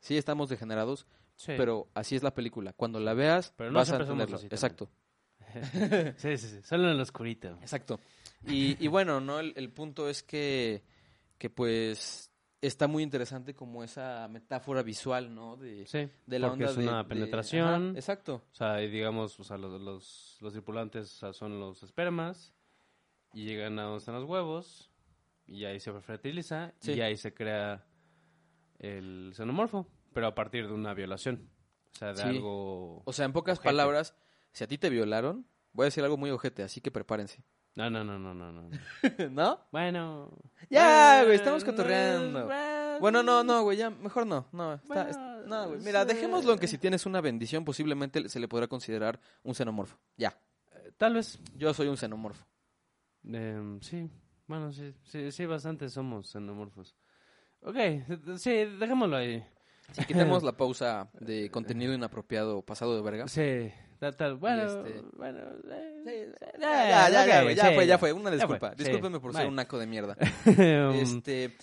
Sí, estamos degenerados,
Sí.
pero así es la película. Cuando la veas,
Pero no
vas a
siempre somos
entenderlo.
así también.
Exacto.
sí, sí, sí. Solo en lo oscurito.
Exacto. Y, y bueno, ¿no? El, el punto es que, que, pues está muy interesante como esa metáfora visual, ¿no? De,
Sí.
de la
porque
onda
es
de-
una
de-
penetración.
ajá, exacto.
O sea, y digamos, o sea, los, los, los tripulantes o sea, son los espermas y llegan a donde están los huevos y ahí se fertiliza
Sí.
y ahí se crea el xenomorfo, pero a partir de una violación. O sea, de
Sí.
algo...
O sea, en pocas
Ojete.
palabras, si a ti te violaron, voy a decir algo muy ojete, así que prepárense.
No, no, no, no, no, no.
¿No?
Bueno.
Ya,
Eh,
güey, estamos
no,
cotorreando.
bueno.
Bueno, no, no, güey, ya, mejor no. No, está,
Bueno,
es- no, güey. Mira,
sí.
dejémoslo en que si tienes una bendición, posiblemente se le podrá considerar un xenomorfo. Ya,
Tal vez.
yo soy un xenomorfo.
Em, sí, bueno, sí, sí, sí, bastante somos xenomorfos. Ok, sí, dejémoslo ahí.
Si quitemos la pausa de contenido inapropiado pasado de verga.
Sí, tal, tal. Bueno,
este-
bueno. eh,
Sí,
eh,
Ya, ya,
ok,
ya, güey, ya
sí,
fue, ya fue. Una
ya
disculpa.
fue, sí,
Discúlpeme por ser
bye.
un naco de mierda.
Em,
este,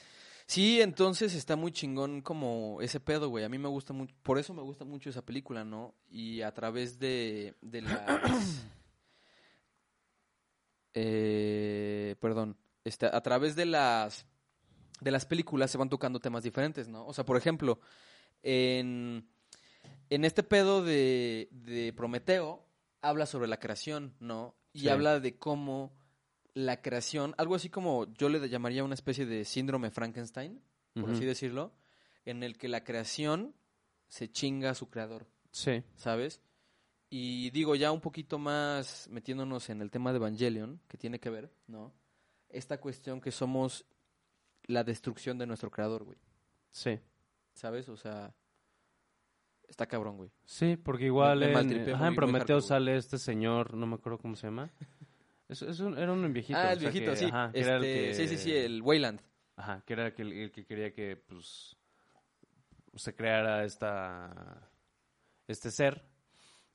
sí, entonces está muy chingón como ese pedo, güey. A mí me gusta mucho, por eso me gusta mucho esa película, ¿no? Y a través de, de las... eh, perdón. Este, a través de las, de las películas se van tocando temas diferentes, ¿no? O sea, por ejemplo, en, en este pedo de, de Prometeo habla sobre la creación, ¿no? Y
Sí.
habla de cómo la creación, algo así como yo le llamaría una especie de síndrome Frankenstein, por
Um, ujú,
así decirlo, en el que la creación se chinga a su creador,
Sí,
¿sabes? Y digo, ya un poquito más metiéndonos en el tema de Evangelion, que tiene que ver, ¿no? Esta cuestión que somos la destrucción de nuestro creador, güey.
sí.
¿Sabes? O sea, está cabrón, güey.
Sí, porque igual
me
en,
maltripeé
ajá,
muy-
en
muy hardcore,
Prometeo
güey.
sale este señor, no me acuerdo cómo se llama. Es, es un- era un viejito.
ah,
o
el
sea, que-
viejito, sí.
ajá, que era el
Este, Sí, sí, sí,
que-
el Wayland.
Ajá, que era el que, el que quería que, pues, se creara esta, este ser.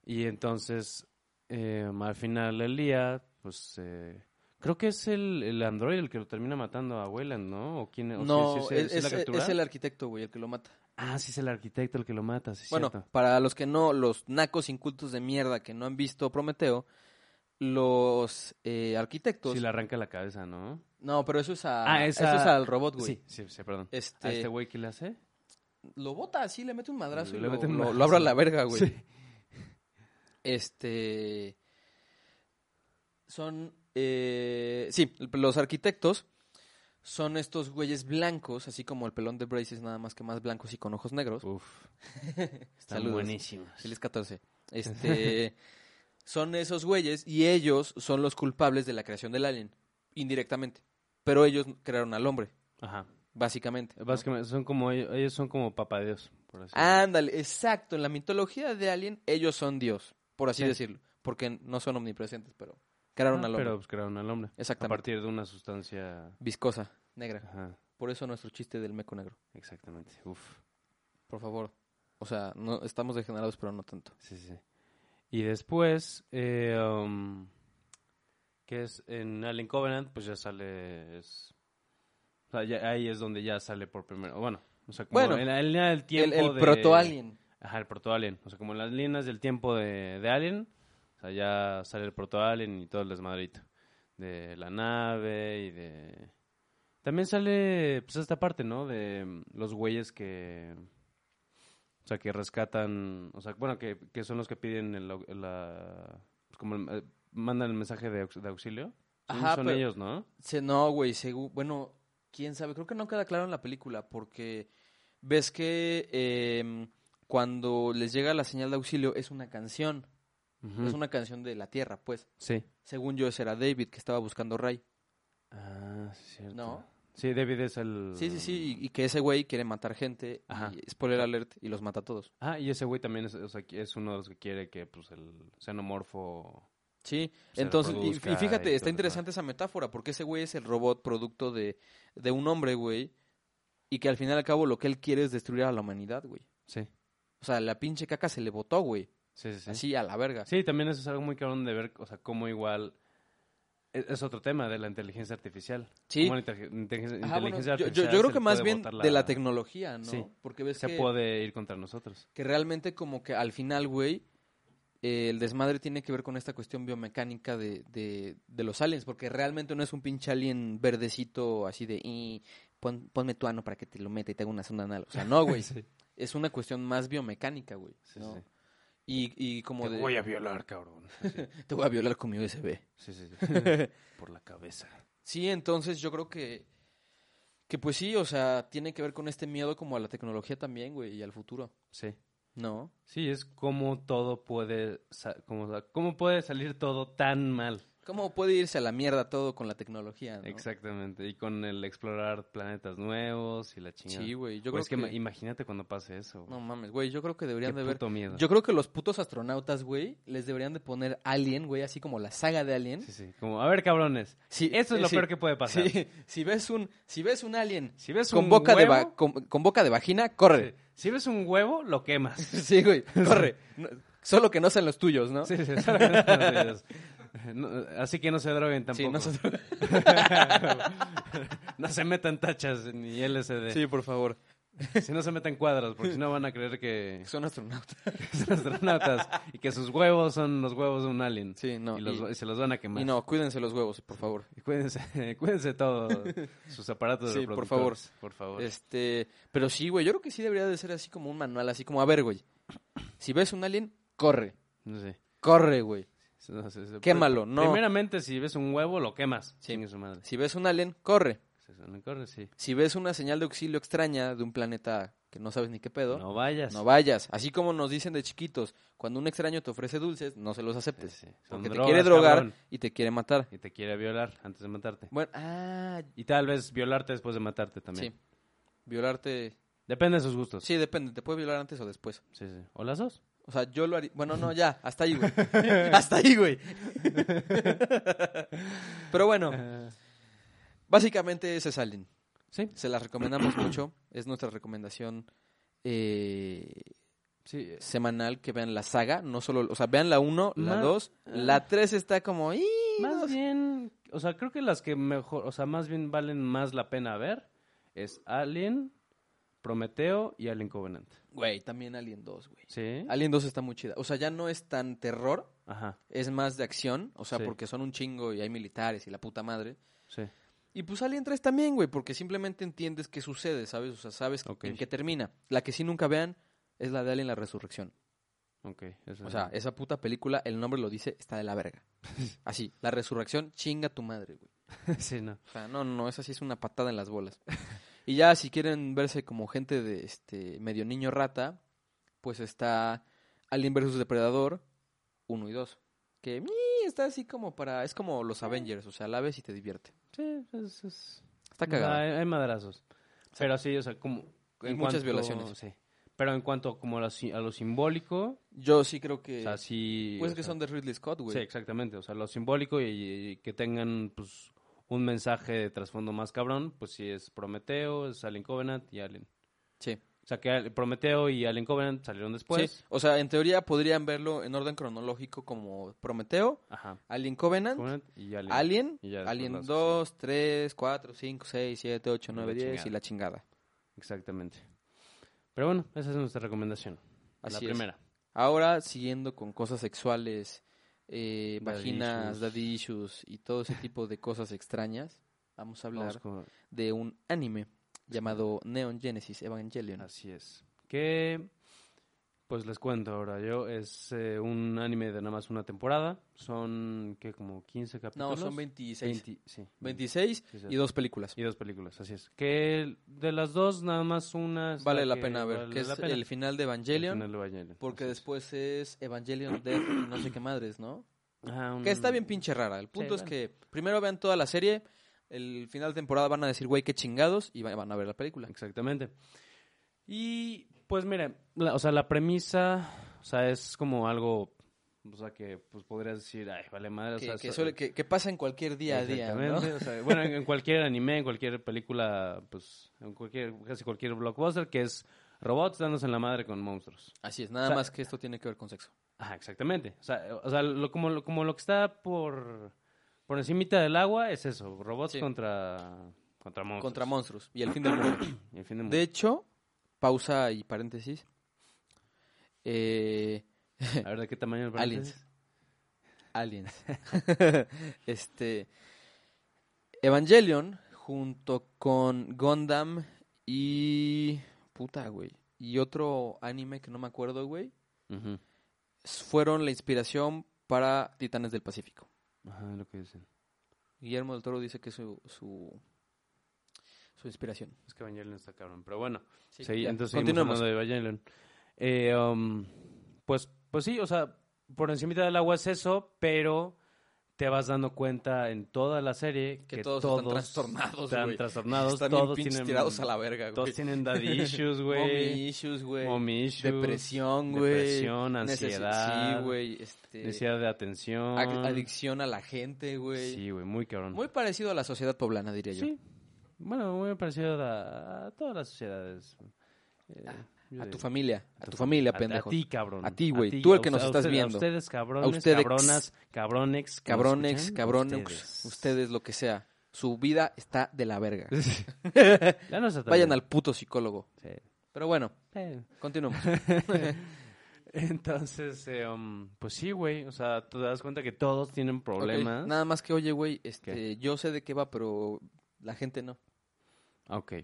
Y entonces, eh, al final el día, pues, eh, creo que es el, el androide el que lo termina matando a Wayland, ¿no? ¿O quién, o sí-
No, e,
sí se-
es,
sí la
es-
captura?
es el arquitecto, güey, el que lo mata.
Ah, sí es el arquitecto el que lo mata, sí es
bueno,
cierto.
para los que no, los nacos incultos de mierda que no han visto Prometeo, los eh, arquitectos.
Si le arranca la cabeza, ¿no?
No, pero eso es, a,
Ah, esa-
eso es al robot, güey.
Sí, sí, sí, perdón.
Este,
¿A este güey qué le hace?
Lo bota así, le mete un madrazo y
Le
lo,
mete un
lo- lo
madrazo.
abra a la verga, güey.
Sí.
Este. Son. eh, sí, los arquitectos son estos güeyes blancos, así como el pelón de Braces, nada más que más blancos y con ojos negros.
Uf. Están
Saludos.
buenísimos.
Feliz 14. Este, son esos güeyes y ellos son los culpables de la creación del alien, indirectamente. Pero ellos crearon al hombre,
Ajá.
básicamente. ¿no?
Básicamente, son como, ellos ellos son como papadeos, por así
Ah,
decirlo.
Ándale, exacto. En la mitología de Alien, ellos son Dios, por así
Sí.
decirlo. Porque no son omnipresentes, pero crearon al hombre.
Pero pues, crearon al hombre. A
Exactamente.
partir de una sustancia...
Viscosa, negra.
Ajá,
Por eso nuestro chiste del meco negro.
exactamente. Uf.
Por favor. O sea, no, estamos degenerados, pero no tanto.
Sí, sí. Y después, eh, um, que es en Alien Covenant, pues ya sale. es- o sea, ya- ahí es donde ya sale por primero. Bueno, o sea, como
Bueno,
en la línea del
El,
tiempo.
el
de-
proto-alien.
Ajá, el proto-alien. O sea, como en las líneas del tiempo de, de Alien, o sea, ya sale el proto-alien y todo el desmadrito. De la nave y de. También sale, pues, esta parte, ¿no? De mm, los güeyes que. O sea, que rescatan. O sea, bueno, que, que son los que piden el au- la. pues, como el- eh, mandan el mensaje de, aux- de auxilio. Según
Ajá,
son
pero-
ellos, ¿no?
Se- no, güey, según. Bueno, quién sabe. Creo que no queda claro en la película porque ves que em, cuando les llega la señal de auxilio es una canción.
Ujú.
Es una canción de la Tierra, pues.
Sí.
Según yo, ese era David que estaba buscando a Ray.
Ah, sí, es cierto.
No.
Sí, David es el.
Sí, sí, sí. Y, y que ese güey quiere matar gente.
Ajá.
Y, spoiler alert, y los mata a todos.
Ah, y ese güey también es, o sea, que es uno de los que quiere que pues el xenomorfo...
Sí,
se
entonces, y,
reproduzca
y fíjate,
y todo
está
el
interesante esa metáfora, porque ese güey es el robot producto de, de un hombre, güey, y que al final y al cabo lo que él quiere es destruir a la humanidad, güey.
Sí,
O sea, la pinche caca se le botó, güey,
sí, sí. Sí,
así a la verga.
sí también eso es algo muy cabrón de ver, o sea, cómo igual... e, Es, es otro tema de la inteligencia artificial.
Sí.
Cómo la inte- inteligencia,
Ajá, bueno,
inteligencia
yo- yo, yo
artificial
creo
se
que más
puede
bien
botar
de la tecnología, ¿no?
Sí.
Porque ves
Se
que,
puede ir contra nosotros.
que realmente como que al final, güey, eh, el desmadre tiene que ver con esta cuestión biomecánica de, de, de los aliens, porque realmente no es un pinche alien verdecito así de, "Y, pon- ponme tu ano para que te lo meta y te haga una sonda anal. O sea, no, güey.
Sí,
es una cuestión más biomecánica, güey.
sí,
¿no?
sí.
Y, y como
Te
de,
voy a violar, cabrón. Así.
te voy a violar con mi USB.
Sí, sí, sí. Por la cabeza.
Sí, entonces yo creo que, que pues sí, o sea, tiene que ver con este miedo como a la tecnología también, güey, y al futuro,
Sí.
¿no?
Sí, es como todo puede... sa- Como, cómo puede salir todo tan mal.
¿Cómo puede irse a la mierda todo con la tecnología, no?
Exactamente, y con el explorar planetas nuevos y la chingada.
Sí, güey, yo
Güey, es que,
creo
ma-
que...
imagínate cuando pase eso. güey.
No mames, güey, yo creo que deberían
Qué
de ver...
puto miedo.
Yo creo que los putos astronautas, güey, les deberían de poner Alien, güey, así como la saga de Alien.
Sí, sí, como, a ver, cabrones.
Sí,
Eso es
eh,
lo
sí.
peor que puede pasar.
Sí, si ves un, si ves un alien
Si ves
con
un
boca, de
huevo,
va- con, con boca de vagina,
sí.
corre.
si ves un huevo, lo quemas.
Sí, güey, corre. No, solo que no sean los tuyos, ¿no?
Sí, sí, sí. No, así que no se droguen tampoco.
Sí,
no, se...
nosotros-
metan tachas ni LSD.
Sí, por favor.
Si no se metan cuadros, porque si no van a creer que
Son astronautas.
son astronautas y que sus huevos son los huevos de un alien.
Sí, no.
y, los-
y-
y se los van a quemar.
y no, cuídense los huevos, por favor.
Y Cuídense, cuídense todos sus aparatos
Sí,
de
por favor.
Por favor.
Este, pero sí, güey, yo creo que sí debería de ser así como un manual, así como, a ver, güey, si ves un alien, corre,
No sé.
corre, güey.
No sé, se-
Quémalo,
pri-
no.
Primeramente, si ves un huevo, lo quemas.
Sí.
Chingue su madre.
Si ves un alien, corre.
Si se me corre, sí.
Si ves una señal de auxilio extraña de un planeta que no sabes ni qué pedo,
No vayas.
No vayas. Así como nos dicen de chiquitos, cuando un extraño te ofrece dulces, no se los aceptes.
Sí, sí. Son
Porque te
drogas,
quiere drogar
cabrón.
y te quiere matar.
Y te quiere violar antes de matarte.
Bueno, ah,
Y tal vez violarte después de matarte también. Pues
sí. Violarte.
Depende de sus gustos.
Sí, depende. Te puede violar antes o después.
Sí, sí. ¿O las dos?
O sea, yo lo haría. Bueno, no, ya. Hasta ahí, güey. hasta ahí, güey. Pero bueno,
Eh,
básicamente ese es Alien.
sí.
Se las recomendamos mucho. Es nuestra recomendación. eh,
Sí. eh,
semanal que vean la saga, no solo, o sea, vean la 1, la
Ma- ah.
2, la 3 está como, "Ih, no
Más bien, o sea, creo que las que mejor, o sea, más bien valen más la pena ver es Alien, Prometeo y Alien Covenant.
Güey, también Alien 2, güey.
¿Sí?
Alien 2 está muy chida. O sea, ya no es tan terror,
Ajá,
es más de acción. O sea,
Sí.
porque son un chingo y hay militares y la puta madre.
sí.
Y pues Alien 3 también, güey, porque simplemente entiendes qué sucede, ¿sabes? O sea, sabes
Ok.
en qué termina. La que sí nunca vean es la de Alien la Resurrección.
Ok. eso
O
es.
sea, esa puta película, el nombre lo dice, está de la verga. Así, la resurrección chinga tu madre, güey.
sí, no.
O sea, no, no, esa sí es una patada en las bolas. Y ya, si quieren verse como gente de este medio niño rata, pues está Alien vs Depredador 1 y 2. Que mi, está así como para. Es como los Avengers, o sea, la ves y te divierte.
Sí, es... es-
Está cagada.
Hay, hay madrazos. Pero sí, o sea, como...
Y muchas violaciones.
Sí. Pero en cuanto como a lo, si- a lo simbólico,
Yo sí creo que.
o sea, sí...
pues
o
que
sea,
son de Ridley Scott, güey.
Sí, exactamente. O sea, lo simbólico y, y que tengan, pues, un mensaje de trasfondo más cabrón, pues sí es Prometeo, es Alien Covenant y Alien.
Sí.
O sea, que Al- Prometeo y Alien Covenant salieron después.
Sí, O sea, en teoría podrían verlo en orden cronológico como Prometeo,
Ajá.
Alien Covenant,
Covenant y Alien.
Alien,
Y ya después
Alien
las-
2, 3, 4, 5, 6, 7, 8,
Y
9,
la
10
chingada.
y la chingada.
Exactamente. Pero bueno, esa es nuestra recomendación. la
Así es.
primera.
Ahora, siguiendo con cosas sexuales, eh,
Daddy
vaginas,
issues.
daddy issues y todo ese tipo de cosas extrañas, vamos a hablar
Vamos con-
de un anime llamado Neon Genesis Evangelion.
Así es. Que, pues les cuento ahora. Yo, es eh, un anime de nada más una temporada. Son, ¿qué? Como 15
No,
capítulos.
son 26.
20, sí.
26
Sí, sí.
y dos películas.
Y dos películas, así es. Que de las dos, nada más una. es
Vale la
que
pena ver,
vale
que es
la pena.
el final de
El
Evangelion.
final de Evangelion,
Porque
así es.
después es Evangelion Death y no sé qué madres, ¿no?
Ajá, un-
Que está bien pinche rara. El punto es
bueno.
que primero vean toda la serie, el final de temporada van a decir, güey, qué chingados, y va- van a ver la película.
Exactamente. Y pues mira, la- o sea, la premisa, o sea, es como algo, o sea, que pues podrías decir, ay, vale madre, o
Que,
sea,
que
so-
suele- que- que pasa en cualquier día a día, ¿no?
Exactamente, o sea, bueno, en en cualquier anime, en cualquier película, pues, en cualquier, casi cualquier blockbuster, que es robots dándose en la madre con monstruos.
Así es, nada
O sea,
más que esto tiene que ver con sexo.
Ajá, exactamente. O sea, o sea, lo, como, lo, como lo que está por, por encimita del agua es eso, robots
Sí.
contra, contra monstruos.
Contra monstruos y el fin del mundo.
Y en fin de mundo.
De hecho, pausa y paréntesis. Eh,
A ver, ¿de qué tamaño el
Aliens. Aliens. este. Evangelion, junto con Gundam y. Puta, güey. Y otro anime que no me acuerdo, güey.
Ujú.
s- Fueron la inspiración para Titanes del Pacífico.
Ajá, es lo que dicen.
Guillermo del Toro dice que es su. su, su inspiración.
Es que Evangelion está cabrón, pero bueno. Sí,
ya.
entonces seguimos
Continuemos.
hablando de Evangelion. Eh, um, pues, pues sí, o sea, por encimita del agua es eso, pero te vas dando cuenta en toda la serie
Que
que,
todos están trastornados,
están
güey.
trastornados,
Están bien
todos
pinches
tienen
tirados a la verga,
Todos
güey.
tienen daddy issues, güey.
Mommy issues, güey.
Mommy issues,
Depresión, güey.
depresión,
Necesi-
ansiedad,
Sí, güey. Este,
Necesidad de atención.
Ac- adicción a la gente, güey.
Sí, güey, muy cabrón.
Muy parecido a la sociedad poblana, diría yo.
sí. Bueno, muy parecido a, a todas las sociedades. Eh, yo
Ah, A
diría.
tu familia, a tu familia,
a-
pendejo.
A ti, cabrón.
A ti, güey. Tú el que
a
nos
usted-
estás viendo.
A ustedes, cabrones,
A ustedes.
cabronas, cabronex. que nos
Cabrones,
escuchan,
cabrones, ustedes.
ustedes.
lo que sea. Su vida está de la verga.
Ya nos atraen.
Vayan al puto psicólogo.
Sí.
Pero bueno,
Eh,
continuamos.
Entonces, eh, um, pues sí, güey. O sea, tú te das cuenta que todos tienen problemas.
Ok, Nada más que, oye, güey, este, yo sé de qué va, pero la gente no.
Ok.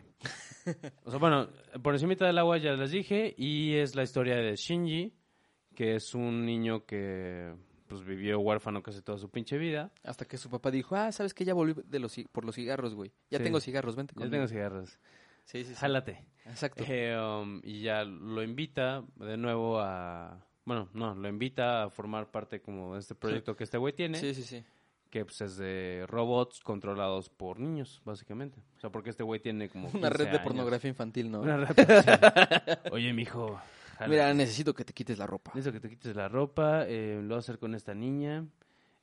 O sea, bueno, por encima del agua ya les dije. Y es la historia de Shinji, que es un niño que pues vivió huérfano casi toda su pinche vida.
Hasta que su papá dijo, ah, sabes que ya volví de los, ci- por los cigarros, güey. Ya
Sí.
tengo cigarros, vente
Ya
conmigo.
tengo cigarros.
Sí, sí, sí.
Jálate.
Exacto.
Eh, um, y ya lo invita de nuevo a... Bueno, no, lo invita a formar parte como de este proyecto que este güey tiene,
Sí, sí, sí.
que pues, es de robots controlados por niños, básicamente. O sea, porque este güey tiene como...
Una
15
red de
años.
pornografía infantil, ¿no?
Una red de- Oye, mijo. jálate.
Mira, necesito que te quites la ropa.
Necesito que te quites la ropa, eh, lo voy a hacer con esta niña.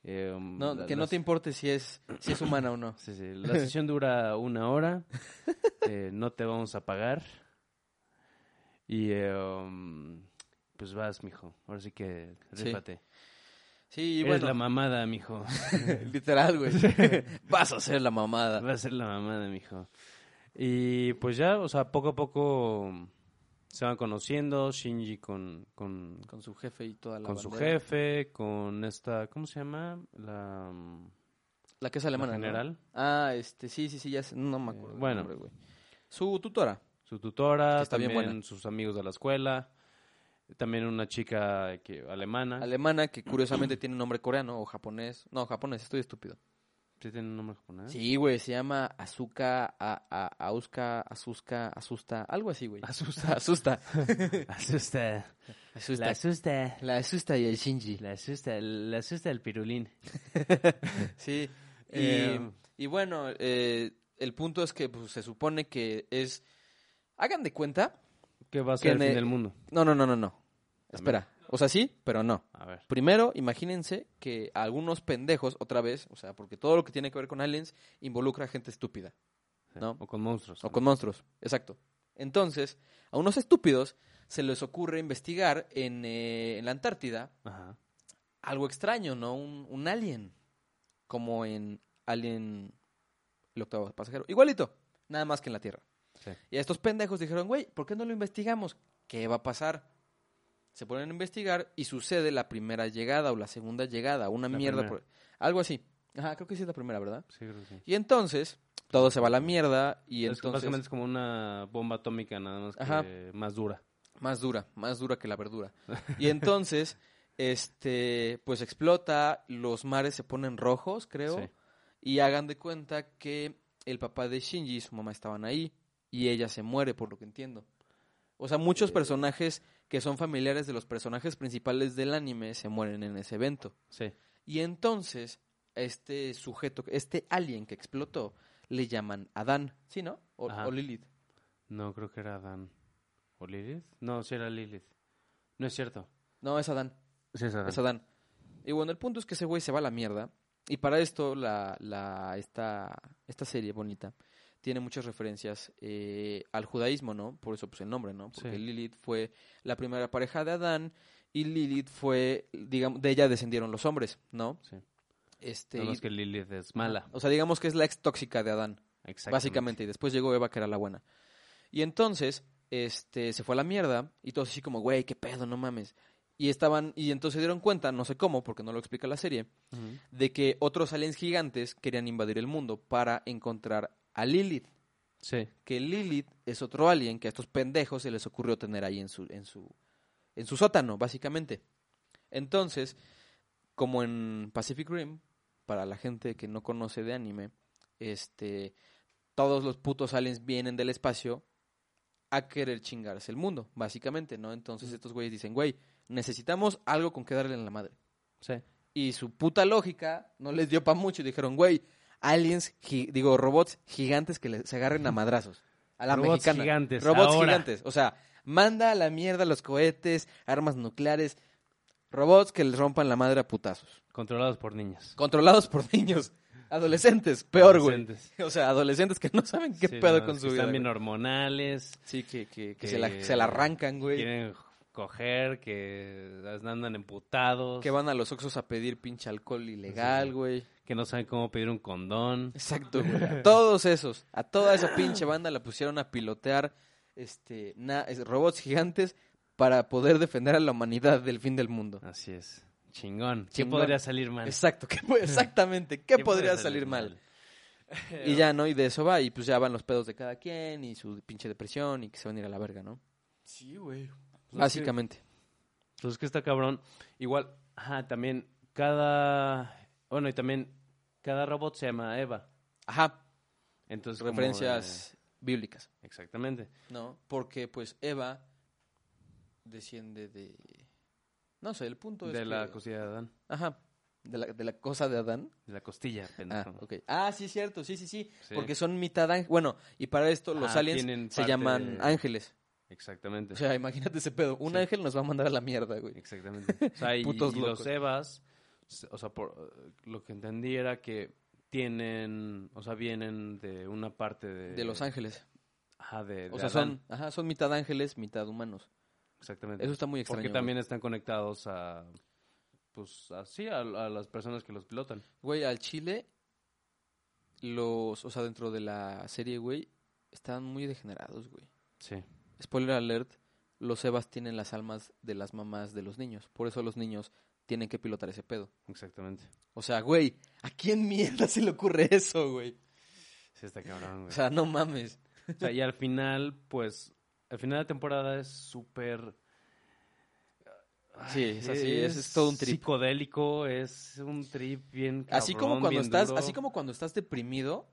eh, um,
No,
la-
que no
las-
te importe si es, si es humana o no.
Sí, sí, La sesión dura una hora. eh, no te vamos a pagar. Y eh, um, pues vas, mijo. Ahora sí que
Sí.
rífate.
Sí,
Eres
bueno,
la mamada, mijo.
literal, güey. Vas a ser la mamada.
Vas a ser la mamada, mijo. Y pues ya, o sea, poco a poco se van conociendo, Shinji con, con,
Con su jefe y toda la
con su
bandera.
jefe, con esta, ¿cómo se llama? La, mm,
La que es
la
alemana, ¿no?
general, Eh,
Ah, este, sí, sí, sí, ya sé, no me acuerdo. del
bueno.
nombre, güey. Su tutora.
su tutora,
Que está bien
también
buena.
sus amigos de la escuela, también una chica que, alemana.
Alemana que curiosamente tiene nombre coreano o japonés. No, japonés, estoy estúpido.
¿Sí tiene un nombre japonés?
Sí, güey, se llama Azuka, a, a, Auska, Azuska, Asusta, algo así, güey.
Asusta.
Asusta.
Asusta.
Asusta.
asusta.
La Asusta y el Shinji.
La asusta. La asusta el pirulín.
Sí. Y,
Eh,
y bueno, eh, el punto es que pues, se supone que es... Hagan de cuenta.
¿Qué va a ser
Que
el fin
ne-
del mundo?
No, no, no, no, no. Espera. O sea, sí, pero no.
A ver.
Primero, imagínense que algunos pendejos, otra vez, o sea, porque todo lo que tiene que ver con aliens involucra gente estúpida. No.
O con monstruos.
O con monstruos, exacto. Entonces, a unos estúpidos se les ocurre investigar en, eh, en la Antártida
Ajá.
algo extraño, ¿no? Un, un alien. Como en Alien, el octavo pasajero. Igualito, nada más que en la Tierra.
Sí.
Y a estos pendejos dijeron, güey, ¿por qué no lo investigamos? ¿Qué va a pasar? Se ponen a investigar y sucede la primera llegada o la segunda llegada, una
La
mierda.
primera.
por- Algo así. Ajá, creo que sí es la primera, ¿verdad?
Sí, creo que sí.
Y entonces, todo se va a la mierda y
Es-
entonces...
básicamente es como una bomba atómica nada más que
Ajá.
más dura.
Más dura, más dura que la verdura. Y entonces, este, pues explota, los mares se ponen rojos, creo,
Sí.
y hagan de cuenta que el papá de Shinji y su mamá estaban ahí, y ella se muere, por lo que entiendo. O sea,
Eh.
muchos personajes que son familiares de los personajes principales del anime se mueren en ese evento.
Sí.
Y entonces, este sujeto, este alien que explotó, le llaman Adán, ¿sí, no? O,
Ajá.
o Lilith.
No, creo que era Dan. ¿O Lilith? No, sí era Lilith. No es cierto.
No, es Adán.
Sí, es Adán.
Es Adán. Y bueno, el punto es que ese güey se va a la mierda. Y para esto, la, la, esta, esta serie bonita tiene muchas referencias eh, al judaísmo, ¿no? Por eso pues el nombre, ¿no? Porque
Sí.
Lilith fue la primera pareja de Adán y Lilith fue, digamos, de ella descendieron los hombres, ¿no?
Sí.
Este,
Nada
y-
más que Lilith es mala.
O sea, digamos que es la ex tóxica de Adán
Exactamente.
básicamente. Y después llegó Eva, que era la buena. Y entonces, este, se fue a la mierda y todos así como, güey, qué pedo, no mames. Y estaban, y entonces se dieron cuenta, no sé cómo, porque no lo explica la serie,
Ujú.
de que otros aliens gigantes querían invadir el mundo para encontrar a Lilith.
Sí.
Que Lilith es otro alien que a estos pendejos se les ocurrió tener ahí en su, en su, en su sótano, básicamente. Entonces, como en Pacific Rim, para la gente que no conoce de anime, este, todos los putos aliens vienen del espacio a querer chingarse el mundo, básicamente, ¿no? Entonces estos güeyes dicen, güey, necesitamos algo con que darle en la madre.
Sí.
Y su puta lógica no les dio pa' mucho y dijeron, güey, aliens, gi- digo, robots gigantes que le- se agarren a madrazos. A la
Robots
mexicana.
gigantes,
Robots
ahora.
gigantes. O sea, manda a la mierda los cohetes, armas nucleares, robots que les rompan la madre a putazos.
Controlados por niñas.
Controlados por niños, adolescentes, peor, güey.
Adolescentes.
O sea, adolescentes que no saben qué
Sí,
pedo
no,
con
es
su
que
vida.
Están bien
güey.
hormonales.
Sí, que, que, que
que-
se, la, se la arrancan, güey.
Quieren coger, que andan emputados.
Que van a los Oxos a pedir pinche alcohol ilegal,
Sí.
güey.
Que no saben cómo pedir un condón.
Exacto, güey. A todos esos, a toda esa pinche banda la pusieron a pilotear este na- es- robots gigantes para poder defender a la humanidad del fin del mundo.
Así es. Chingón. ¿Qué
Chingón.
podría salir mal?
Exacto, ¿qué po- exactamente, ¿qué,
Ah, ¿Qué
podría salir mal? Y ya, ¿no? Y de eso va, y pues ya van los pedos de cada quien, y su pinche depresión, y que se van a ir a la verga, ¿no?
Sí, güey.
Básicamente.
Pues es que está cabrón. Igual, ajá, también cada. Bueno, y también cada robot se llama Eva.
Ajá, pues
Entonces, como de-
referencias bíblicas,
Exactamente.
¿no? Porque pues Eva desciende de... No sé, el punto es
de la
que-
costilla de Adán.
Ajá, de la, de la cosa de Adán.
De la costilla,
Ah,
pendejo.
ok. Ah, sí, es cierto, sí, sí, sí,
Sí.
Porque son mitad ángel. Bueno, y para esto los
Ah, tienen
aliens se
parte
llaman
de-
ángeles.
Exactamente.
O sea, imagínate ese pedo. Un
Sí.
ángel nos va a mandar a la mierda, güey.
Exactamente. O sea, y,
Putos
y
locos.
los Evas, s- o sea, por, eh, lo que entendí era que tienen, o sea, vienen de una parte de...
De los ángeles.
Ajá, Eh, de, de
O sea,
Adán.
son, ajá, son mitad ángeles, mitad humanos.
Exactamente.
Eso está muy extraño.
Porque
güey.
también están conectados a, pues, así, a, a las personas que los pilotan.
Güey, al Chile, los, o sea, dentro de la serie, güey, Están muy degenerados, güey.
Sí.
Spoiler alert, los Evas tienen las almas de las mamás de los niños. Por eso los niños tienen que pilotar ese pedo.
Exactamente.
O sea, güey, ¿a quién mierda se le ocurre eso, güey?
Sí, está cabrón,
O
güey.
sea, no mames.
O sea, y al final, pues, al final de temporada es súper...
Sí, es así, es, es todo un trip.
Psicodélico, es un trip bien cabrón,
así como cuando
bien
estás,
duro.
así como cuando estás deprimido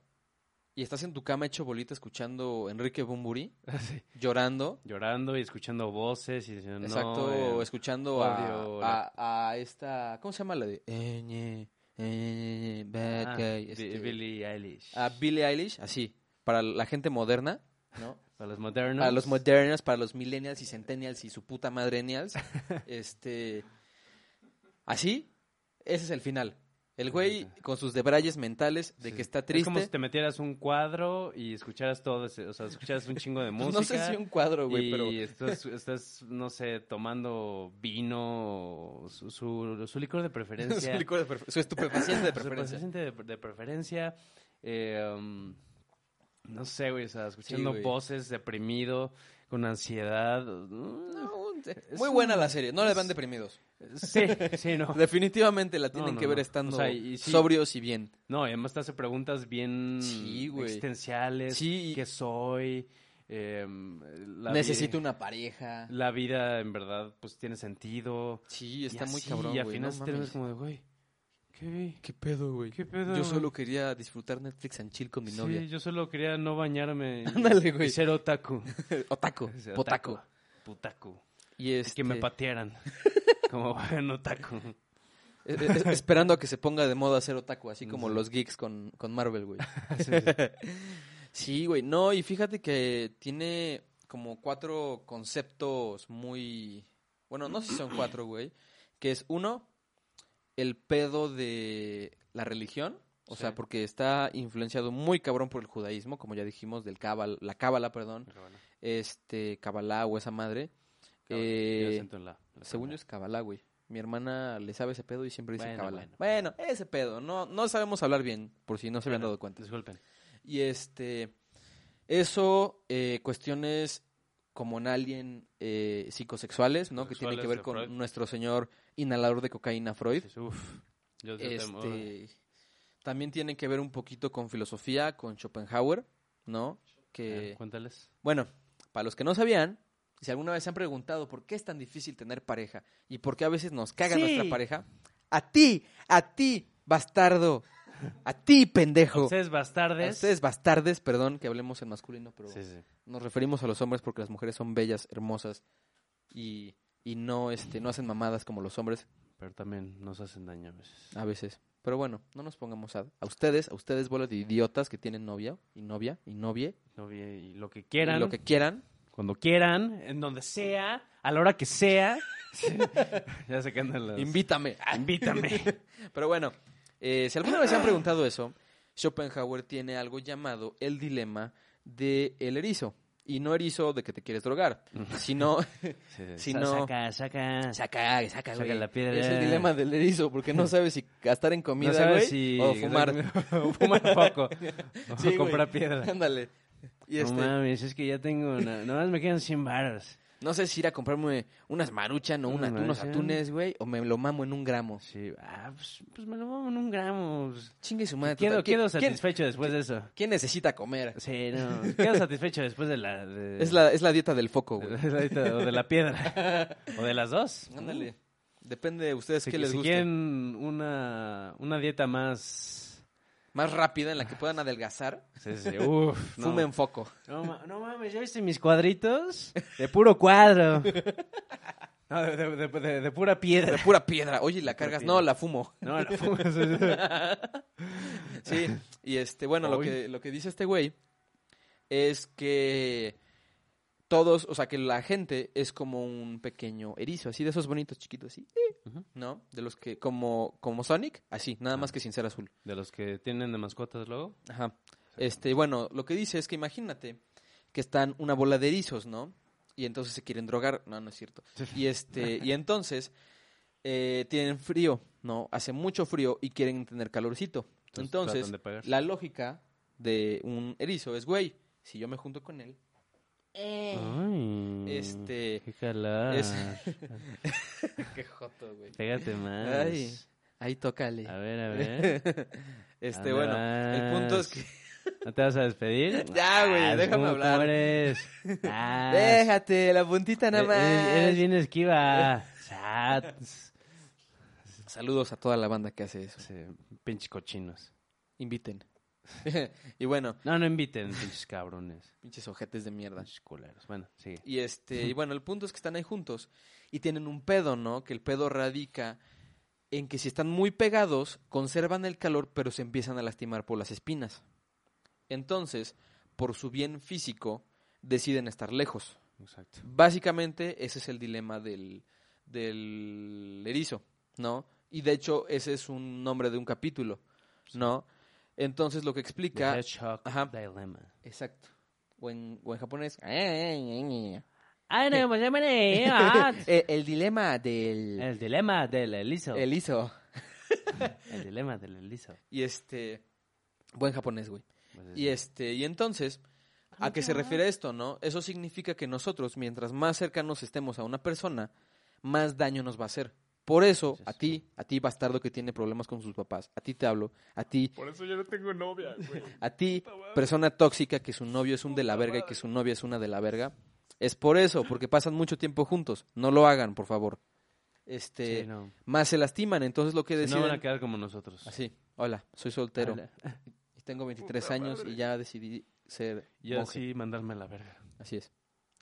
y estás en tu cama hecho bolita escuchando Enrique Bumburi,
Sí.
llorando.
Llorando y escuchando voces y diciendo,
Exacto,
no, eh,
escuchando a-
odio
a, a, esta, ¿cómo se llama la de? Eh, Eñe, eñe, bad
ah,
guy,
Bi-
este,
Billie Eilish.
A Billie Eilish, así, para la gente moderna, ¿no?
a los modernos.
Para los modernas, para los millennials y centennials y su puta madrenials. este. Así, ese es el final. El güey con sus debrayes mentales de
Sí.
que está
Es como
triste.
si te metieras un cuadro y escucharas todo, ese- o sea, escucharas un chingo de
Pues
música.
no sé si un cuadro, güey,
y
pero.
estás, estás, no sé, tomando vino, su, su, su licor de preferencia.
su, licor de prefer- su estupefaciente de
Su
preferencia.
estupefaciente de, de preferencia. eh, um, no sé, güey, o sea, escuchando
güey.
voces, deprimido, con ansiedad.
No, un-
Es
Muy buena
un-
la serie, no la
es-
vean deprimidos.
Mm, Sí, sí, no.
Definitivamente la tienen
no,
que ver
no. O
estando
sea, y sí.
sobrios y bien.
No, y además te hace preguntas bien
Sí, güey.
existenciales.
Sí.
¿Qué soy? Em, la
Necesito
vi-
una pareja.
La vida, en verdad, pues tiene sentido.
Sí, está
Y
muy
así,
cabrón.
Y al
güey,
final
no
te ves
mames.
como de, güey, ¿qué vi?
¿Qué pedo, güey?
¿Qué pedo?
Yo
güey?
solo quería disfrutar Netflix and chill con mi
Sí,
novia.
yo solo quería no bañarme. y-
Ándale,
y
güey.
Ser otaku.
Otaco,
O sea,
potaco.
Putaco.
Y
Es que me
este,
patearan. como buen otaku.
e- e- esperando a que se ponga de moda hacer otaku, así como
Sí.
los geeks con, con Marvel, güey.
Sí, sí.
Sí, güey. No, y fíjate que tiene como cuatro conceptos muy. Bueno, no sé si son cuatro, güey. Que es uno, el pedo de la religión. O
Sí.
sea, porque está influenciado muy cabrón por el judaísmo, como ya dijimos, del cábal, la cábala, perdón, este, cabalá o esa madre.
Cabrón,
Eh,
yo acento en la- la
Según yo
primera.
es Kabbalah, güey. Mi hermana le sabe ese pedo y siempre dice
Bueno,
Kabbalah.
bueno.
Bueno. ese pedo. No, no sabemos hablar bien, por si no se habían
Bueno,
dado cuenta.
Disculpen.
Y este. Eso, eh, cuestiones como en Alien eh, psicosexuales, ¿no? Que tienen que
Psicosexuales
ver
de
con
Freud.
nuestro señor inhalador de cocaína Freud.
Sí, sí, uf. Yo- yo temo-
Este, también tienen que ver un poquito con filosofía, con Schopenhauer, ¿no? Que.
Eh, Cuéntales.
Bueno, para los que no sabían, si alguna vez se han preguntado por qué es tan difícil tener pareja y por qué a veces nos caga
Sí.
nuestra pareja, a ti, a ti, bastardo, a ti, pendejo.
Ustedes
A
bastardes.
Ah, ustedes bastardes, perdón que hablemos en masculino, pero
Sí, sí.
nos referimos a los hombres porque las mujeres son bellas, hermosas y, y no, este, no hacen mamadas como los hombres
Pero también nos hacen daño a veces.
a veces. Pero bueno, no nos pongamos a, a ustedes, a ustedes, bola de idiotas que tienen novia y novia y novie,
No, y- y lo que
y
quieran.
lo que quieran.
Cuando quieran. En donde sea. A la hora que sea. Sí. ya se cantan las.
Invítame.
Invítame.
Pero bueno, eh, si alguna vez se han preguntado eso, Schopenhauer tiene algo llamado el dilema de el erizo. Y no erizo de que te quieres drogar, sino...
Sí,
Si
Sa-
no-
Saca, saca.
saca, saca,
Saca
güey.
la piedra.
Es el dilema del erizo, porque no sabes si gastar en comida,
No
güey,
sabes si...
o fumar.
o fumar poco. O
Sí, güey.
comprar piedra.
Ándale. Y este,
No mames, es que ya tengo una... Nada más me quedan 100 baros.
no sé si ir a comprarme unas maruchan o una-
Una
unos
maruchan.
atunes, güey, o me lo mamo en un gramo.
Sí, ah, pues, pues me lo mamo en un gramo. pues.
Chingue su madre.
Quedo,
total, ¿quién-
quedo
quién-
satisfecho después de eso.
¿Quién necesita comer?
Sí, no, quedo satisfecho después de la... de-
Es la, es la dieta del foco, güey.
de la- o de la piedra. o de las dos.
Ándale. Depende de ustedes
Si,
qué les
si
guste.
quieren una, una dieta más...
Más rápida en la que puedan adelgazar,
Sí, sí, uf, no.
fumen foco.
No, ma- no mames, ¿ya viste mis cuadritos? De puro cuadro. No, de, de- de- de- de pura
De
piedra.
pura piedra. Oye, la cargas.
piedra.
No, la fumo.
No, la fumas. Ujú.
Sí. Y este, bueno, lo
Oy.
que, lo que dice este güey es que todos, o sea, que la gente es como un pequeño erizo, así de esos bonitos chiquitos, así, ¿no? De los que, como, como Sonic, así, nada más que sin ser azul.
De los que tienen de mascotas luego.
Ajá. Este, bueno, lo que dice es que imagínate que están una bola de erizos, ¿no? Y entonces se quieren drogar. No, no es cierto. Y este, y entonces eh, tienen frío, ¿no? Hace mucho frío y
pues,
quieren tener calorcito.
Entonces,
Entonces,
tratan de pegarse.
la lógica de un erizo es, güey, si yo me junto con él,
Eh.
ah,
Ay,
este...
Qué jalar.
es- Qué joto, güey.
Pégate más.
Ay, ahí tócale.
A ver, a ver.
Este, bueno, el punto es que...
¿No te vas a despedir?
Ya, güey,
Ah,
déjame
¿cómo- cómo
hablar.
eres? Ah,
Déjate, la puntita nada
e-
más.
e- Eres bien esquiva. Sats.
Saludos a toda la banda que hace eso.
Sí, Pinches cochinos.
Inviten. y bueno,
No, no inviten, pinches cabrones.
pinches ojetes de mierda.
Pinches culeros. Bueno, sigue.
Y este, y bueno, el punto es que están ahí juntos y tienen un pedo, ¿no? Que el pedo radica en que si están muy pegados, conservan el calor, pero se empiezan a lastimar por las espinas. Entonces, por su bien físico, deciden estar lejos.
Exacto.
Básicamente, ese es el dilema del, del erizo, ¿no? Y de hecho, ese es un nombre de un capítulo, ¿no? Entonces, lo que
The
explica...
Hedgehog
Ajá.
Dilemma.
Exacto. O en, o en japonés...
Ay, no, pues, ya me leí, ah.
Eh, el dilema del
El dilema del elizo.
el ISO.
El dilema del elizo.
Y este buen japonés, güey.
Pues,
Y este, y entonces, ¿a qué se refiere esto, no? Eso significa que nosotros, mientras más cercanos estemos a una persona, más daño nos va a hacer. Por eso, a ti, a ti bastardo que tiene problemas con sus papás, a ti te hablo, a ti,
Por eso yo no tengo novia, güey.
a ti, persona tóxica que su novio es un de la verga y que su novia es una de la verga, es por eso, porque pasan mucho tiempo juntos. No lo hagan, por favor. Este,
sí, no.
más se lastiman, entonces lo que
Si no
deciden
van a quedar como nosotros.
Así, hola, soy soltero.
Hola.
y Tengo 23 años y ya decidí ser
Y
monje.
así mandarme a la verga.
Así es.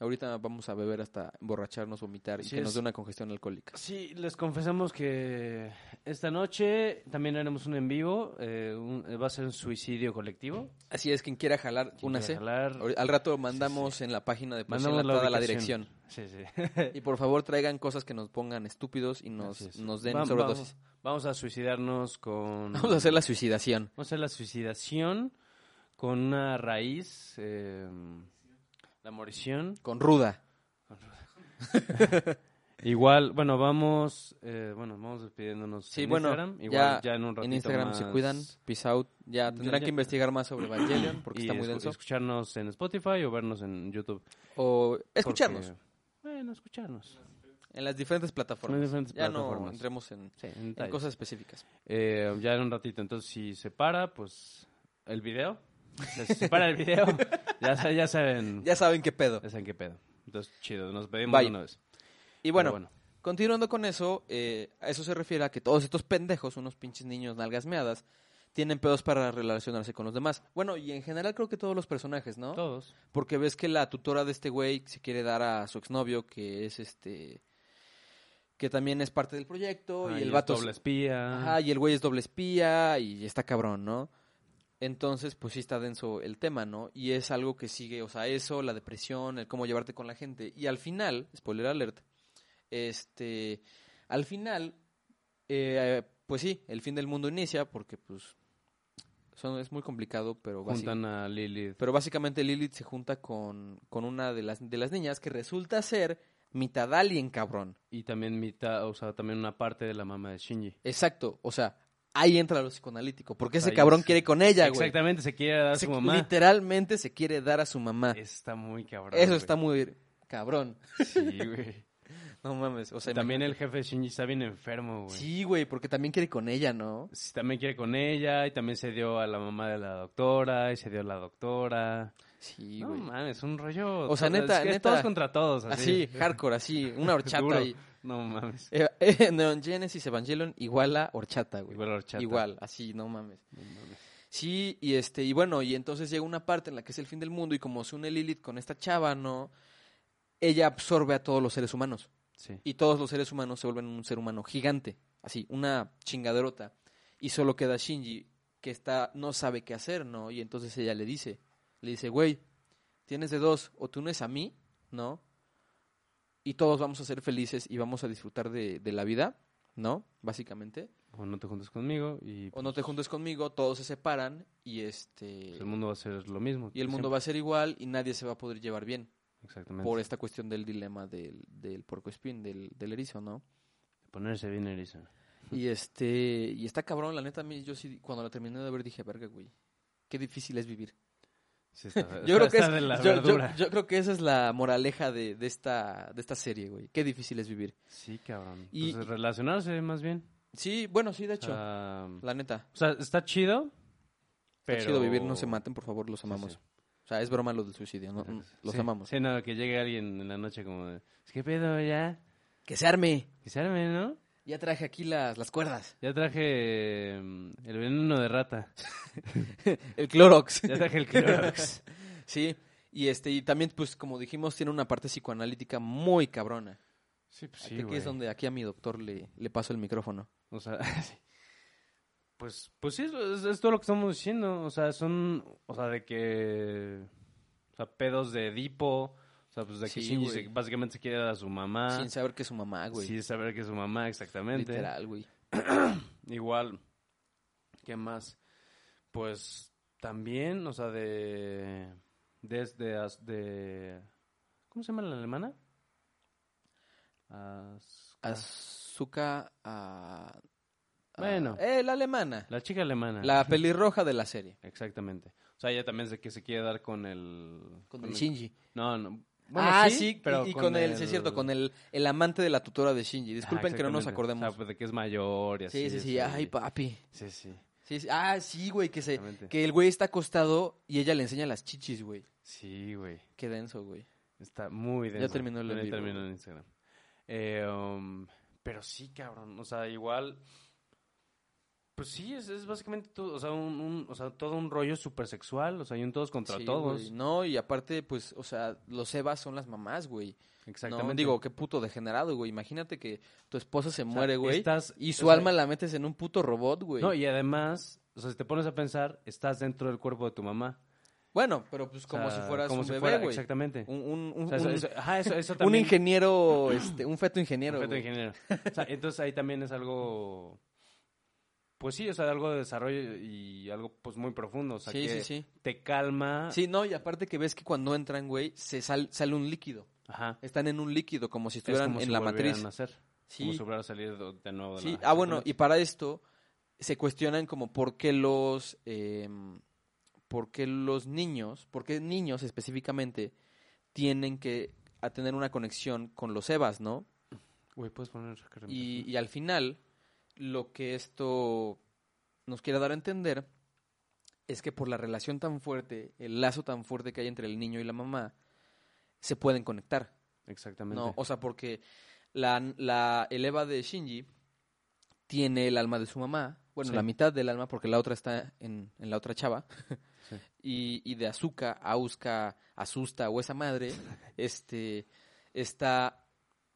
Ahorita vamos a beber hasta emborracharnos, vomitar y
Así
que nos
es.
dé una congestión alcohólica.
Sí, les confesamos que esta noche también haremos un en vivo. eh, un- eh, va a ser un suicidio colectivo.
Así es, quien quiera jalar
Quien
una
quiera
C.
jalar,
Ahori- Al rato mandamos en la página de Pasión
mandamos
Enlatada la,
ubicación.
dirección.
Sí, sí.
Y por favor traigan cosas que nos pongan estúpidos y
Así es.
nos, nos den
Va-
sobredosis.
Vamos, vamos a suicidarnos con...
Vamos a hacer la suicidación.
Vamos a hacer la suicidación con una raíz, eh, la morición.
Con ruda.
Igual, bueno, vamos, eh, bueno, vamos despidiéndonos
Sí,
en
bueno,
Instagram. Igual
ya
en un ratito
en Instagram se
más.
cuidan. Peace out. Ya
Ya-
tendrán
ya-
que investigar más sobre Evangelion porque
y
está muy
escu-
denso.
escucharnos en Spotify o vernos en YouTube.
O escucharnos
Porque- bueno, escucharnos.
en las diferentes plataformas.
En las diferentes
ya no
plataformas.
entremos en
Sí, en
En
detalles.
cosas específicas.
Eh, ya en un ratito, entonces si se para, pues el video. O sea, si se para el video, ya, sa- ya saben. Ya
Ya saben qué pedo.
saben qué pedo. Entonces, chido, nos pedimos
Bye.
una vez.
Y
Pero
bueno, continuando con eso, eh, a eso se refiere a que todos estos pendejos, unos pinches niños nalgas meadas, tienen pedos para relacionarse con los demás. Bueno, y en general creo que todos los personajes, ¿no?
todos.
Porque ves que la tutora de este güey se quiere dar a su exnovio, que es este... Que también es parte del proyecto.
Ah,
y el
es
vato...
doble espía.
Ajá, y el güey es doble espía y está cabrón, ¿no? Entonces, pues sí está denso el tema, ¿no? Y es algo que sigue, o sea, eso, la depresión, el cómo llevarte con la gente. Y al final, spoiler alert, este, al final, eh, pues sí, el fin del mundo inicia porque, pues, son, es muy complicado, pero, básic-
Juntan a Lilith.
pero básicamente Lilith se junta con, con una de las, de las niñas que resulta ser mitad alien, cabrón.
Y también mitad, o sea, también una parte de la mamá de Shinji.
Exacto, o sea, ahí entra lo psicoanalítico, porque ese
Ahí
cabrón
es.
quiere con ella, güey.
Exactamente, se quiere dar a
Se-
su mamá.
Literalmente se quiere dar a su mamá.
Está muy cabrón.
Eso
güey.
está muy cabrón.
Sí, güey.
No mames, o sea,
también
imagínate.
el jefe de Shinji está bien enfermo, güey.
Sí, güey, porque también quiere con ella, ¿no?
Sí, También quiere con ella y también se dio a la mamá de la doctora y se dio a la doctora.
Sí,
no
güey.
mames, un rollo.
O sea,
todo-
neta,
es que es
neta.
todos contra todos, así.
así, hardcore, así, una horchata
Duro.
ahí.
No mames.
Eh, eh, Neon Genesis Evangelion igual a horchata, güey.
Igual horchata.
Igual, así, no mames.
No mames.
Sí, y este, y bueno, y entonces llega una parte en la que es el fin del mundo y como se une Lilith con esta chava, ¿no? Ella absorbe a todos los seres humanos.
Sí.
y todos los seres humanos se vuelven un ser humano gigante, así, una chingaderota, y solo queda Shinji, que está, no sabe qué hacer, ¿no? Y entonces ella le dice, le dice, güey, tienes de dos, o tú no es a mí, ¿no? Y todos vamos a ser felices y vamos a disfrutar de, de la vida, ¿no? Básicamente.
O no te juntes conmigo y
O no te juntes conmigo, todos se separan y este...
pues, el mundo va a ser lo mismo.
Y el mundo va a ser igual y nadie se va a poder llevar bien
Exactamente.
por este esta cuestión del dilema del, del porco espín, del, del erizo, ¿no?
Ponerse bien erizo.
Y este, y está cabrón, la neta, a mí yo sí, cuando la terminé de ver dije, verga, güey, qué difícil es vivir.
Sí, está- está-
Yo creo, que
está
es-
de la
yo- yo-
verdura.
yo creo que esa es la moraleja de, de esta, de esta serie, güey. Qué difícil es vivir.
Sí, cabrón.
Y-
Pues, relacionarse más bien.
Sí, bueno, sí, de
O
hecho.
sea,
La neta.
o sea, está chido. Pero...
Está chido vivir, no se maten, por favor, los
Sí,
amamos.
sí.
O sea, es broma lo del suicidio, ¿no? los
Sí,
amamos.
Sí, no, que llegue alguien en la noche como de, "Es que pedo ya?
¡Que se arme!
Y se arme, ¿no?
Ya traje aquí las, las cuerdas.
Ya traje mm, el veneno de rata.
El Clorox.
Ya traje el Clorox.
sí. Y este, y también, pues, como dijimos, tiene una parte psicoanalítica muy cabrona.
sí, pues
Aquí es donde aquí a mi doctor le, le paso el micrófono.
O sea, sí. pues, pues sí, es, es- es todo lo que estamos diciendo. O sea, son, o sea, de que, o sea, pedos de Edipo. O sea, pues de que
Sí,
Shinji
güey.
se- básicamente se quiere dar a su mamá.
Sin saber que es su mamá, güey.
sin saber que es su mamá, Ah. exactamente.
Literal, güey.
Igual, ¿qué más? Pues también, o sea, de, desde, as- de, ¿cómo se llama la alemana? As-
Azuka a... a-
Bueno.
ah, Eh, la alemana.
la chica alemana.
La pelirroja de la serie.
Exactamente. O sea, ella también se, que se quiere dar con el...
Con el Shinji.
No, no. Bueno,
ah,
sí,
sí,
pero
y, y con, el, sí es cierto, con el, el amante de la tutora de Shinji.
Ajá,
Disculpen que no nos
exactamente. O
acordemos.
sea, pues, de que es mayor y así.
sí, sí, sí,
este,
ay, papi.
Sí, sí,
Sí, sí, Ah, sí, güey, que se
exactamente.
que el güey está acostado y ella le enseña las chichis, güey.
Sí, güey.
Qué denso, güey.
Está muy denso.
terminó el
Ya
en vivo.
terminó en Instagram. Eh, um, pero sí, cabrón. O sea, igual. Pues sí, es, es básicamente todo, o sea, un, un- o sea, todo un rollo súper sexual. O sea, hay un todos contra
Sí,
todos.
güey, No, y aparte, pues, o sea, los Evas son las mamás, güey.
Exactamente.
Exactamente. digo, qué puto degenerado, güey. Imagínate que tu esposa se muere, güey.
estás-
Y
o
su
sea,
alma la metes en un puto robot, güey.
No, y además, o sea, si te pones a pensar, estás dentro del cuerpo de tu mamá.
Bueno, pero pues
O
como
sea,
si fueras
como
un
si
bebé,
fuera-
güey.
Exactamente.
Un, un, un-
O sea, eso-
un-
eso- ajá, eso- eso
un
también-
ingeniero, este, un feto ingeniero.
Perfecto,
güey.
ingeniero. O sea, entonces ahí también es algo. Pues sí, o sea, algo de desarrollo y algo pues muy profundo. O sea,
Sí,
que Ah.
sí, sí.
te calma.
Sí, no, y aparte que ves que cuando entran, güey, se sal- sale un líquido.
Ajá.
Están en un líquido, como si
Es
estuvieran
como
en
si
la
volvieran
matriz.
a nacer, Como
Sí,
si volvieran a salir de de nuevo de
sí.
la-
Ah, bueno, y para esto se cuestionan como por qué los, eh, por qué los niños, por qué niños específicamente tienen que a tener una conexión con los Evas, ¿no?
Güey, puedes poner crema?
Y, y al final, lo que esto nos quiere dar a entender es que por la relación tan fuerte, el lazo tan fuerte que hay entre el niño y la mamá, se pueden conectar.
Exactamente.
¿no? O sea, porque la, la el Eva de Shinji tiene el alma de su mamá, bueno,
Sí.
la mitad del alma, porque la otra está en, en la otra chava.
Sí.
Y, y de Azuka, Auska, Asusta o esa madre, este, está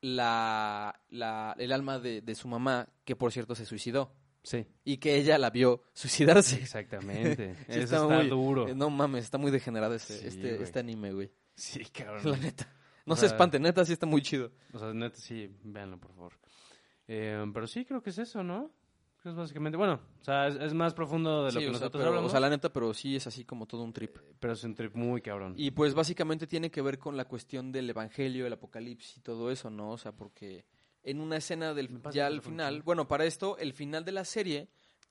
la, la- el alma de, de su mamá, que por cierto se suicidó.
Sí,
Y que ella la vio suicidarse.
exactamente.
Sí,
Eso está,
muy-
duro.
eh, No mames, está muy degenerado este,
Sí,
este,
güey.
este anime, güey.
Sí,
La
cabrón.
neta. No
O
se
sea-
espanten, neta, sí está muy chido.
O sea, neta, sí, véanlo, por favor. Eh, pero sí, creo que es eso, ¿no? Creo que Es básicamente, bueno, o sea, es, es más profundo de
Sí,
lo que
o sea,
nosotros
pero-
hablamos,
O sea, la neta, pero sí es así como todo un trip.
pero es un trip muy cabrón.
Y pues básicamente tiene que ver con la cuestión del evangelio, el apocalipsis y todo eso, ¿no? O sea, porque en una escena del
Me pasa
ya
el
al
teléfono,
final,
chingada.
bueno, para esto el final de la serie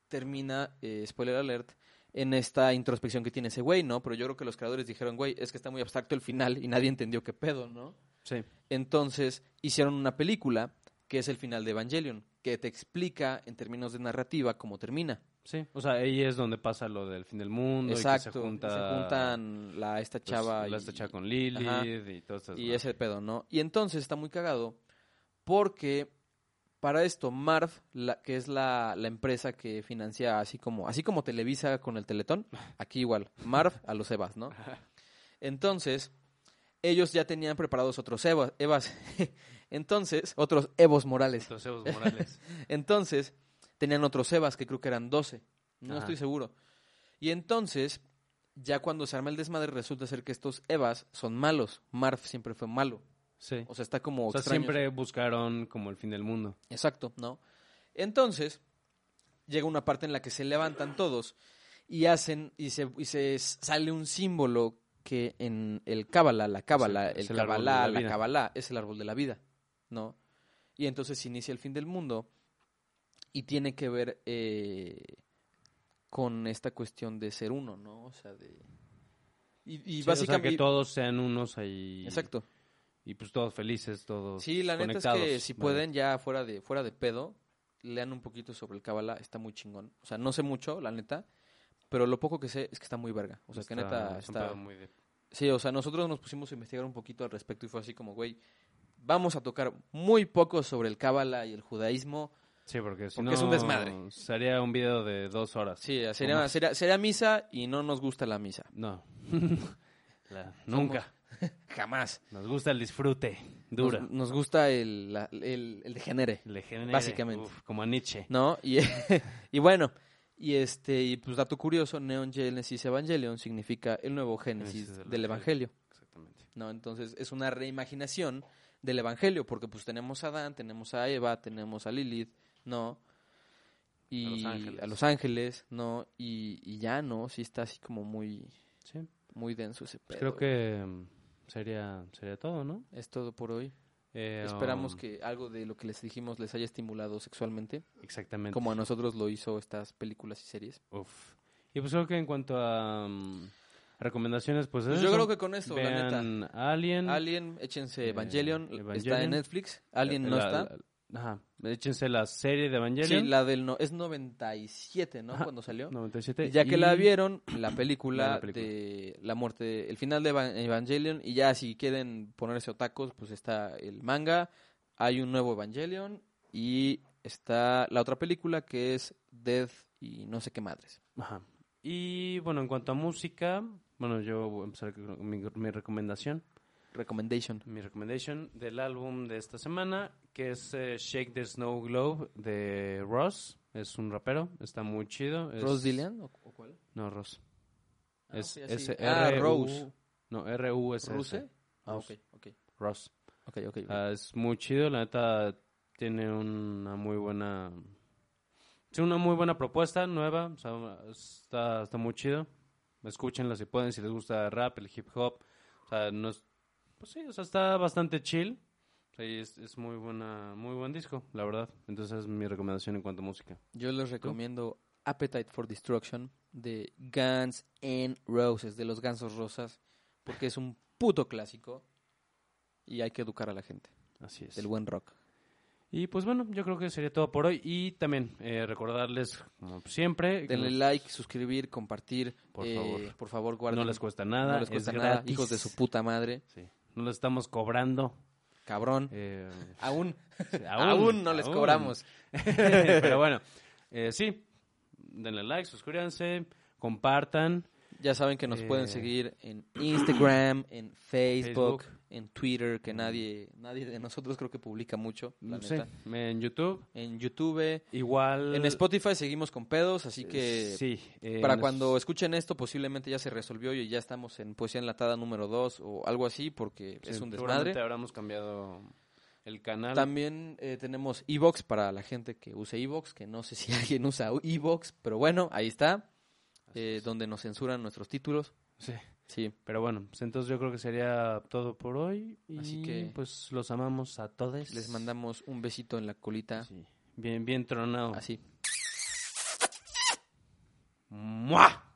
termina eh, spoiler alert en esta introspección que tiene ese güey, ¿no? Pero yo creo que los creadores dijeron, "Güey, es que está muy abstracto el final y nadie entendió qué pedo, ¿no?"
Sí.
Entonces hicieron una película que es el final de Evangelion, que te explica en términos de narrativa cómo termina.
Sí, o sea, ahí es donde pasa lo del fin del mundo.
Exacto.
Y que se, junta,
juntan la esta
pues,
chava
la
y-
esta chava con Lilith
Ajá.
y todo eso.
y ese pedo, ¿no? Y entonces está muy cagado porque para esto Marv, la- que es la, la empresa que financia así como así como Televisa con el Teletón, aquí igual, Marv a los Evas, ¿no? Entonces, ellos ya tenían preparados otros Eva- Evas. Entonces, otros Evos Morales.
Entonces, Evo Morales.
Entonces, tenían otros Evas que creo que eran 12. No
Ajá.
estoy seguro. Y entonces, ya cuando se arma el desmadre, resulta ser que estos Evas son malos. Marv siempre fue malo.
Sí.
O sea, está como
O sea,
extraño.
siempre buscaron como el fin del mundo.
Exacto, ¿no? Entonces, llega una parte en la que se levantan todos y hacen, y se, y se s- sale un símbolo que en el cábala, la cábala,
Es el-
el,
es el árbol de
cábala,
la
la
vida.
cábala, es el árbol de la vida, ¿no? Y entonces se inicia el fin del mundo y tiene que ver eh, con esta cuestión de ser uno, ¿no? O sea, de... Y, y
Sí, O sea,
básicamente...
que todos sean unos ahí.
Exacto.
Y pues todos felices, todos.
Sí, la neta es
conectados,
que si
vaya.
pueden ya fuera de fuera de pedo, lean un poquito sobre el Kabbalah, está muy chingón. O sea, no sé mucho, la neta, pero lo poco que sé es que está muy verga. O sea, que neta
Pues es un pedo
está
muy de-
Sí, o sea, nosotros nos pusimos a investigar un poquito al respecto y fue así como, güey, vamos a tocar muy poco sobre el Kabbalah y el judaísmo.
Sí, porque si
Porque
no.
es un desmadre.
Sería un video de dos horas.
Sí, sería, sería, sería misa y no nos gusta la misa.
No. La- Nunca.
Jamás.
Nos gusta el disfrute.
Nos-
Dura.
Nos, gusta el, la- el, el degenere.
Le genere,
Básicamente.
uf, como a Nietzsche.
¿No? Y, y bueno, y este, y pues dato curioso, Neon Genesis Evangelion significa el nuevo Génesis
Génesis del
del Evangelio.
Exactamente.
¿No? Entonces es una reimaginación del Evangelio, porque pues tenemos a Adán, tenemos a Eva, tenemos a Lilith, ¿no? Y
A los ángeles.
a los ángeles, ¿no? Y, y ya, ¿no? Sí está así como muy,
Sí.
muy denso ese
Pues
pedo.
creo que mm, sería, sería todo, ¿no?
Es todo por hoy.
Eh,
Esperamos
um,
que algo de lo que les dijimos les haya estimulado sexualmente,
Exactamente.
como a nosotros lo hizo estas películas y series.
Uf. Y pues creo que en cuanto a mm, recomendaciones, pues,
Pues
es
yo
eso.
creo que con esto, la neta.
Vean Alien.
Alien, échense
Eh,
Evangelion, está en
Evangelion.
Netflix. Alien no
La-
está.
la- ajá. Échense la serie de
Sí,
Evangelion.
la del no, es 97, ¿no?
Ajá,
Cuando salió.
97.
Y ya que
y-
la vieron, la película,
Vean la película.
de la muerte, el final de Evan- Evangelion, y ya si quieren ponerse otacos, pues está el manga, hay un nuevo Evangelion y está la otra película que es Death y no sé qué madres.
Ajá. Y bueno, en cuanto a música, bueno, yo voy a empezar con mi, mi recomendación.
Recommendation.
Mi recomendación del álbum de esta semana, que es eh, Shake the Snow Globe de Ross. Es un rapero, está muy chido. es-
¿Ross Dillian? ¿O, o cuál?
No, Ross.
Ah,
es
sí, así.
S
Ah,
R U-
Rose.
No, R U S
¿Ruse?
S.
Ah, ok,
Rose.
ok.
Ross.
Ok, ok. ok.
Ah, es muy chido, la neta tiene una muy buena sí, una muy buena propuesta nueva, o sea, está está muy chido. Escúchenla si pueden, si les gusta el rap, el hip hop, o sea, no es- pues sí, o sea, está bastante chill. O sea, y es, es muy buena, muy buen disco, la verdad. Entonces es mi recomendación en cuanto a música.
Yo les recomiendo Appetite for Destruction de Guns N' Roses, de los Gansos Rosas, porque es un puto clásico y hay que educar a la gente
Así es.
del buen rock.
Y pues bueno, yo creo que sería todo por hoy. Y también eh, recordarles, como siempre, que
Denle
nos-
like, suscribir, compartir.
Por
eh,
favor.
Por favor, guarden.
no les cuesta nada.
No les
es
cuesta nada,
gratis.
hijos de su puta madre.
Sí, No les estamos cobrando.
Cabrón.
eh, pues,
aún,
aún,
aún, no les
aún.
cobramos.
Pero bueno, eh, sí, denle like, suscríbanse, compartan.
Ya saben que nos pueden
Eh.
seguir en Instagram, en Facebook,
Facebook.
en Twitter, que nadie nadie de nosotros creo que publica mucho, la
sí,
neta.
en YouTube.
En YouTube.
Igual.
En Spotify seguimos con pedos, así que
Eh, Sí, eh,
para
nos-
cuando escuchen esto posiblemente ya se resolvió y ya estamos en Poesía Enlatada número 2 o algo así porque
sí,
es un
este, seguramente
desmadre.
habremos cambiado el canal.
También eh, tenemos Evox para la gente que use Evox, que no sé si alguien usa Evox, pero bueno, ahí está,
Así
eh,
es.
donde nos censuran nuestros títulos.
Sí.
Sí,
Pero bueno, pues entonces yo creo que sería todo por hoy. Y
Así que-
pues los amamos a todos.
les mandamos un besito en la colita,
Sí. Bien, bien tronado.
así.
¡Mua!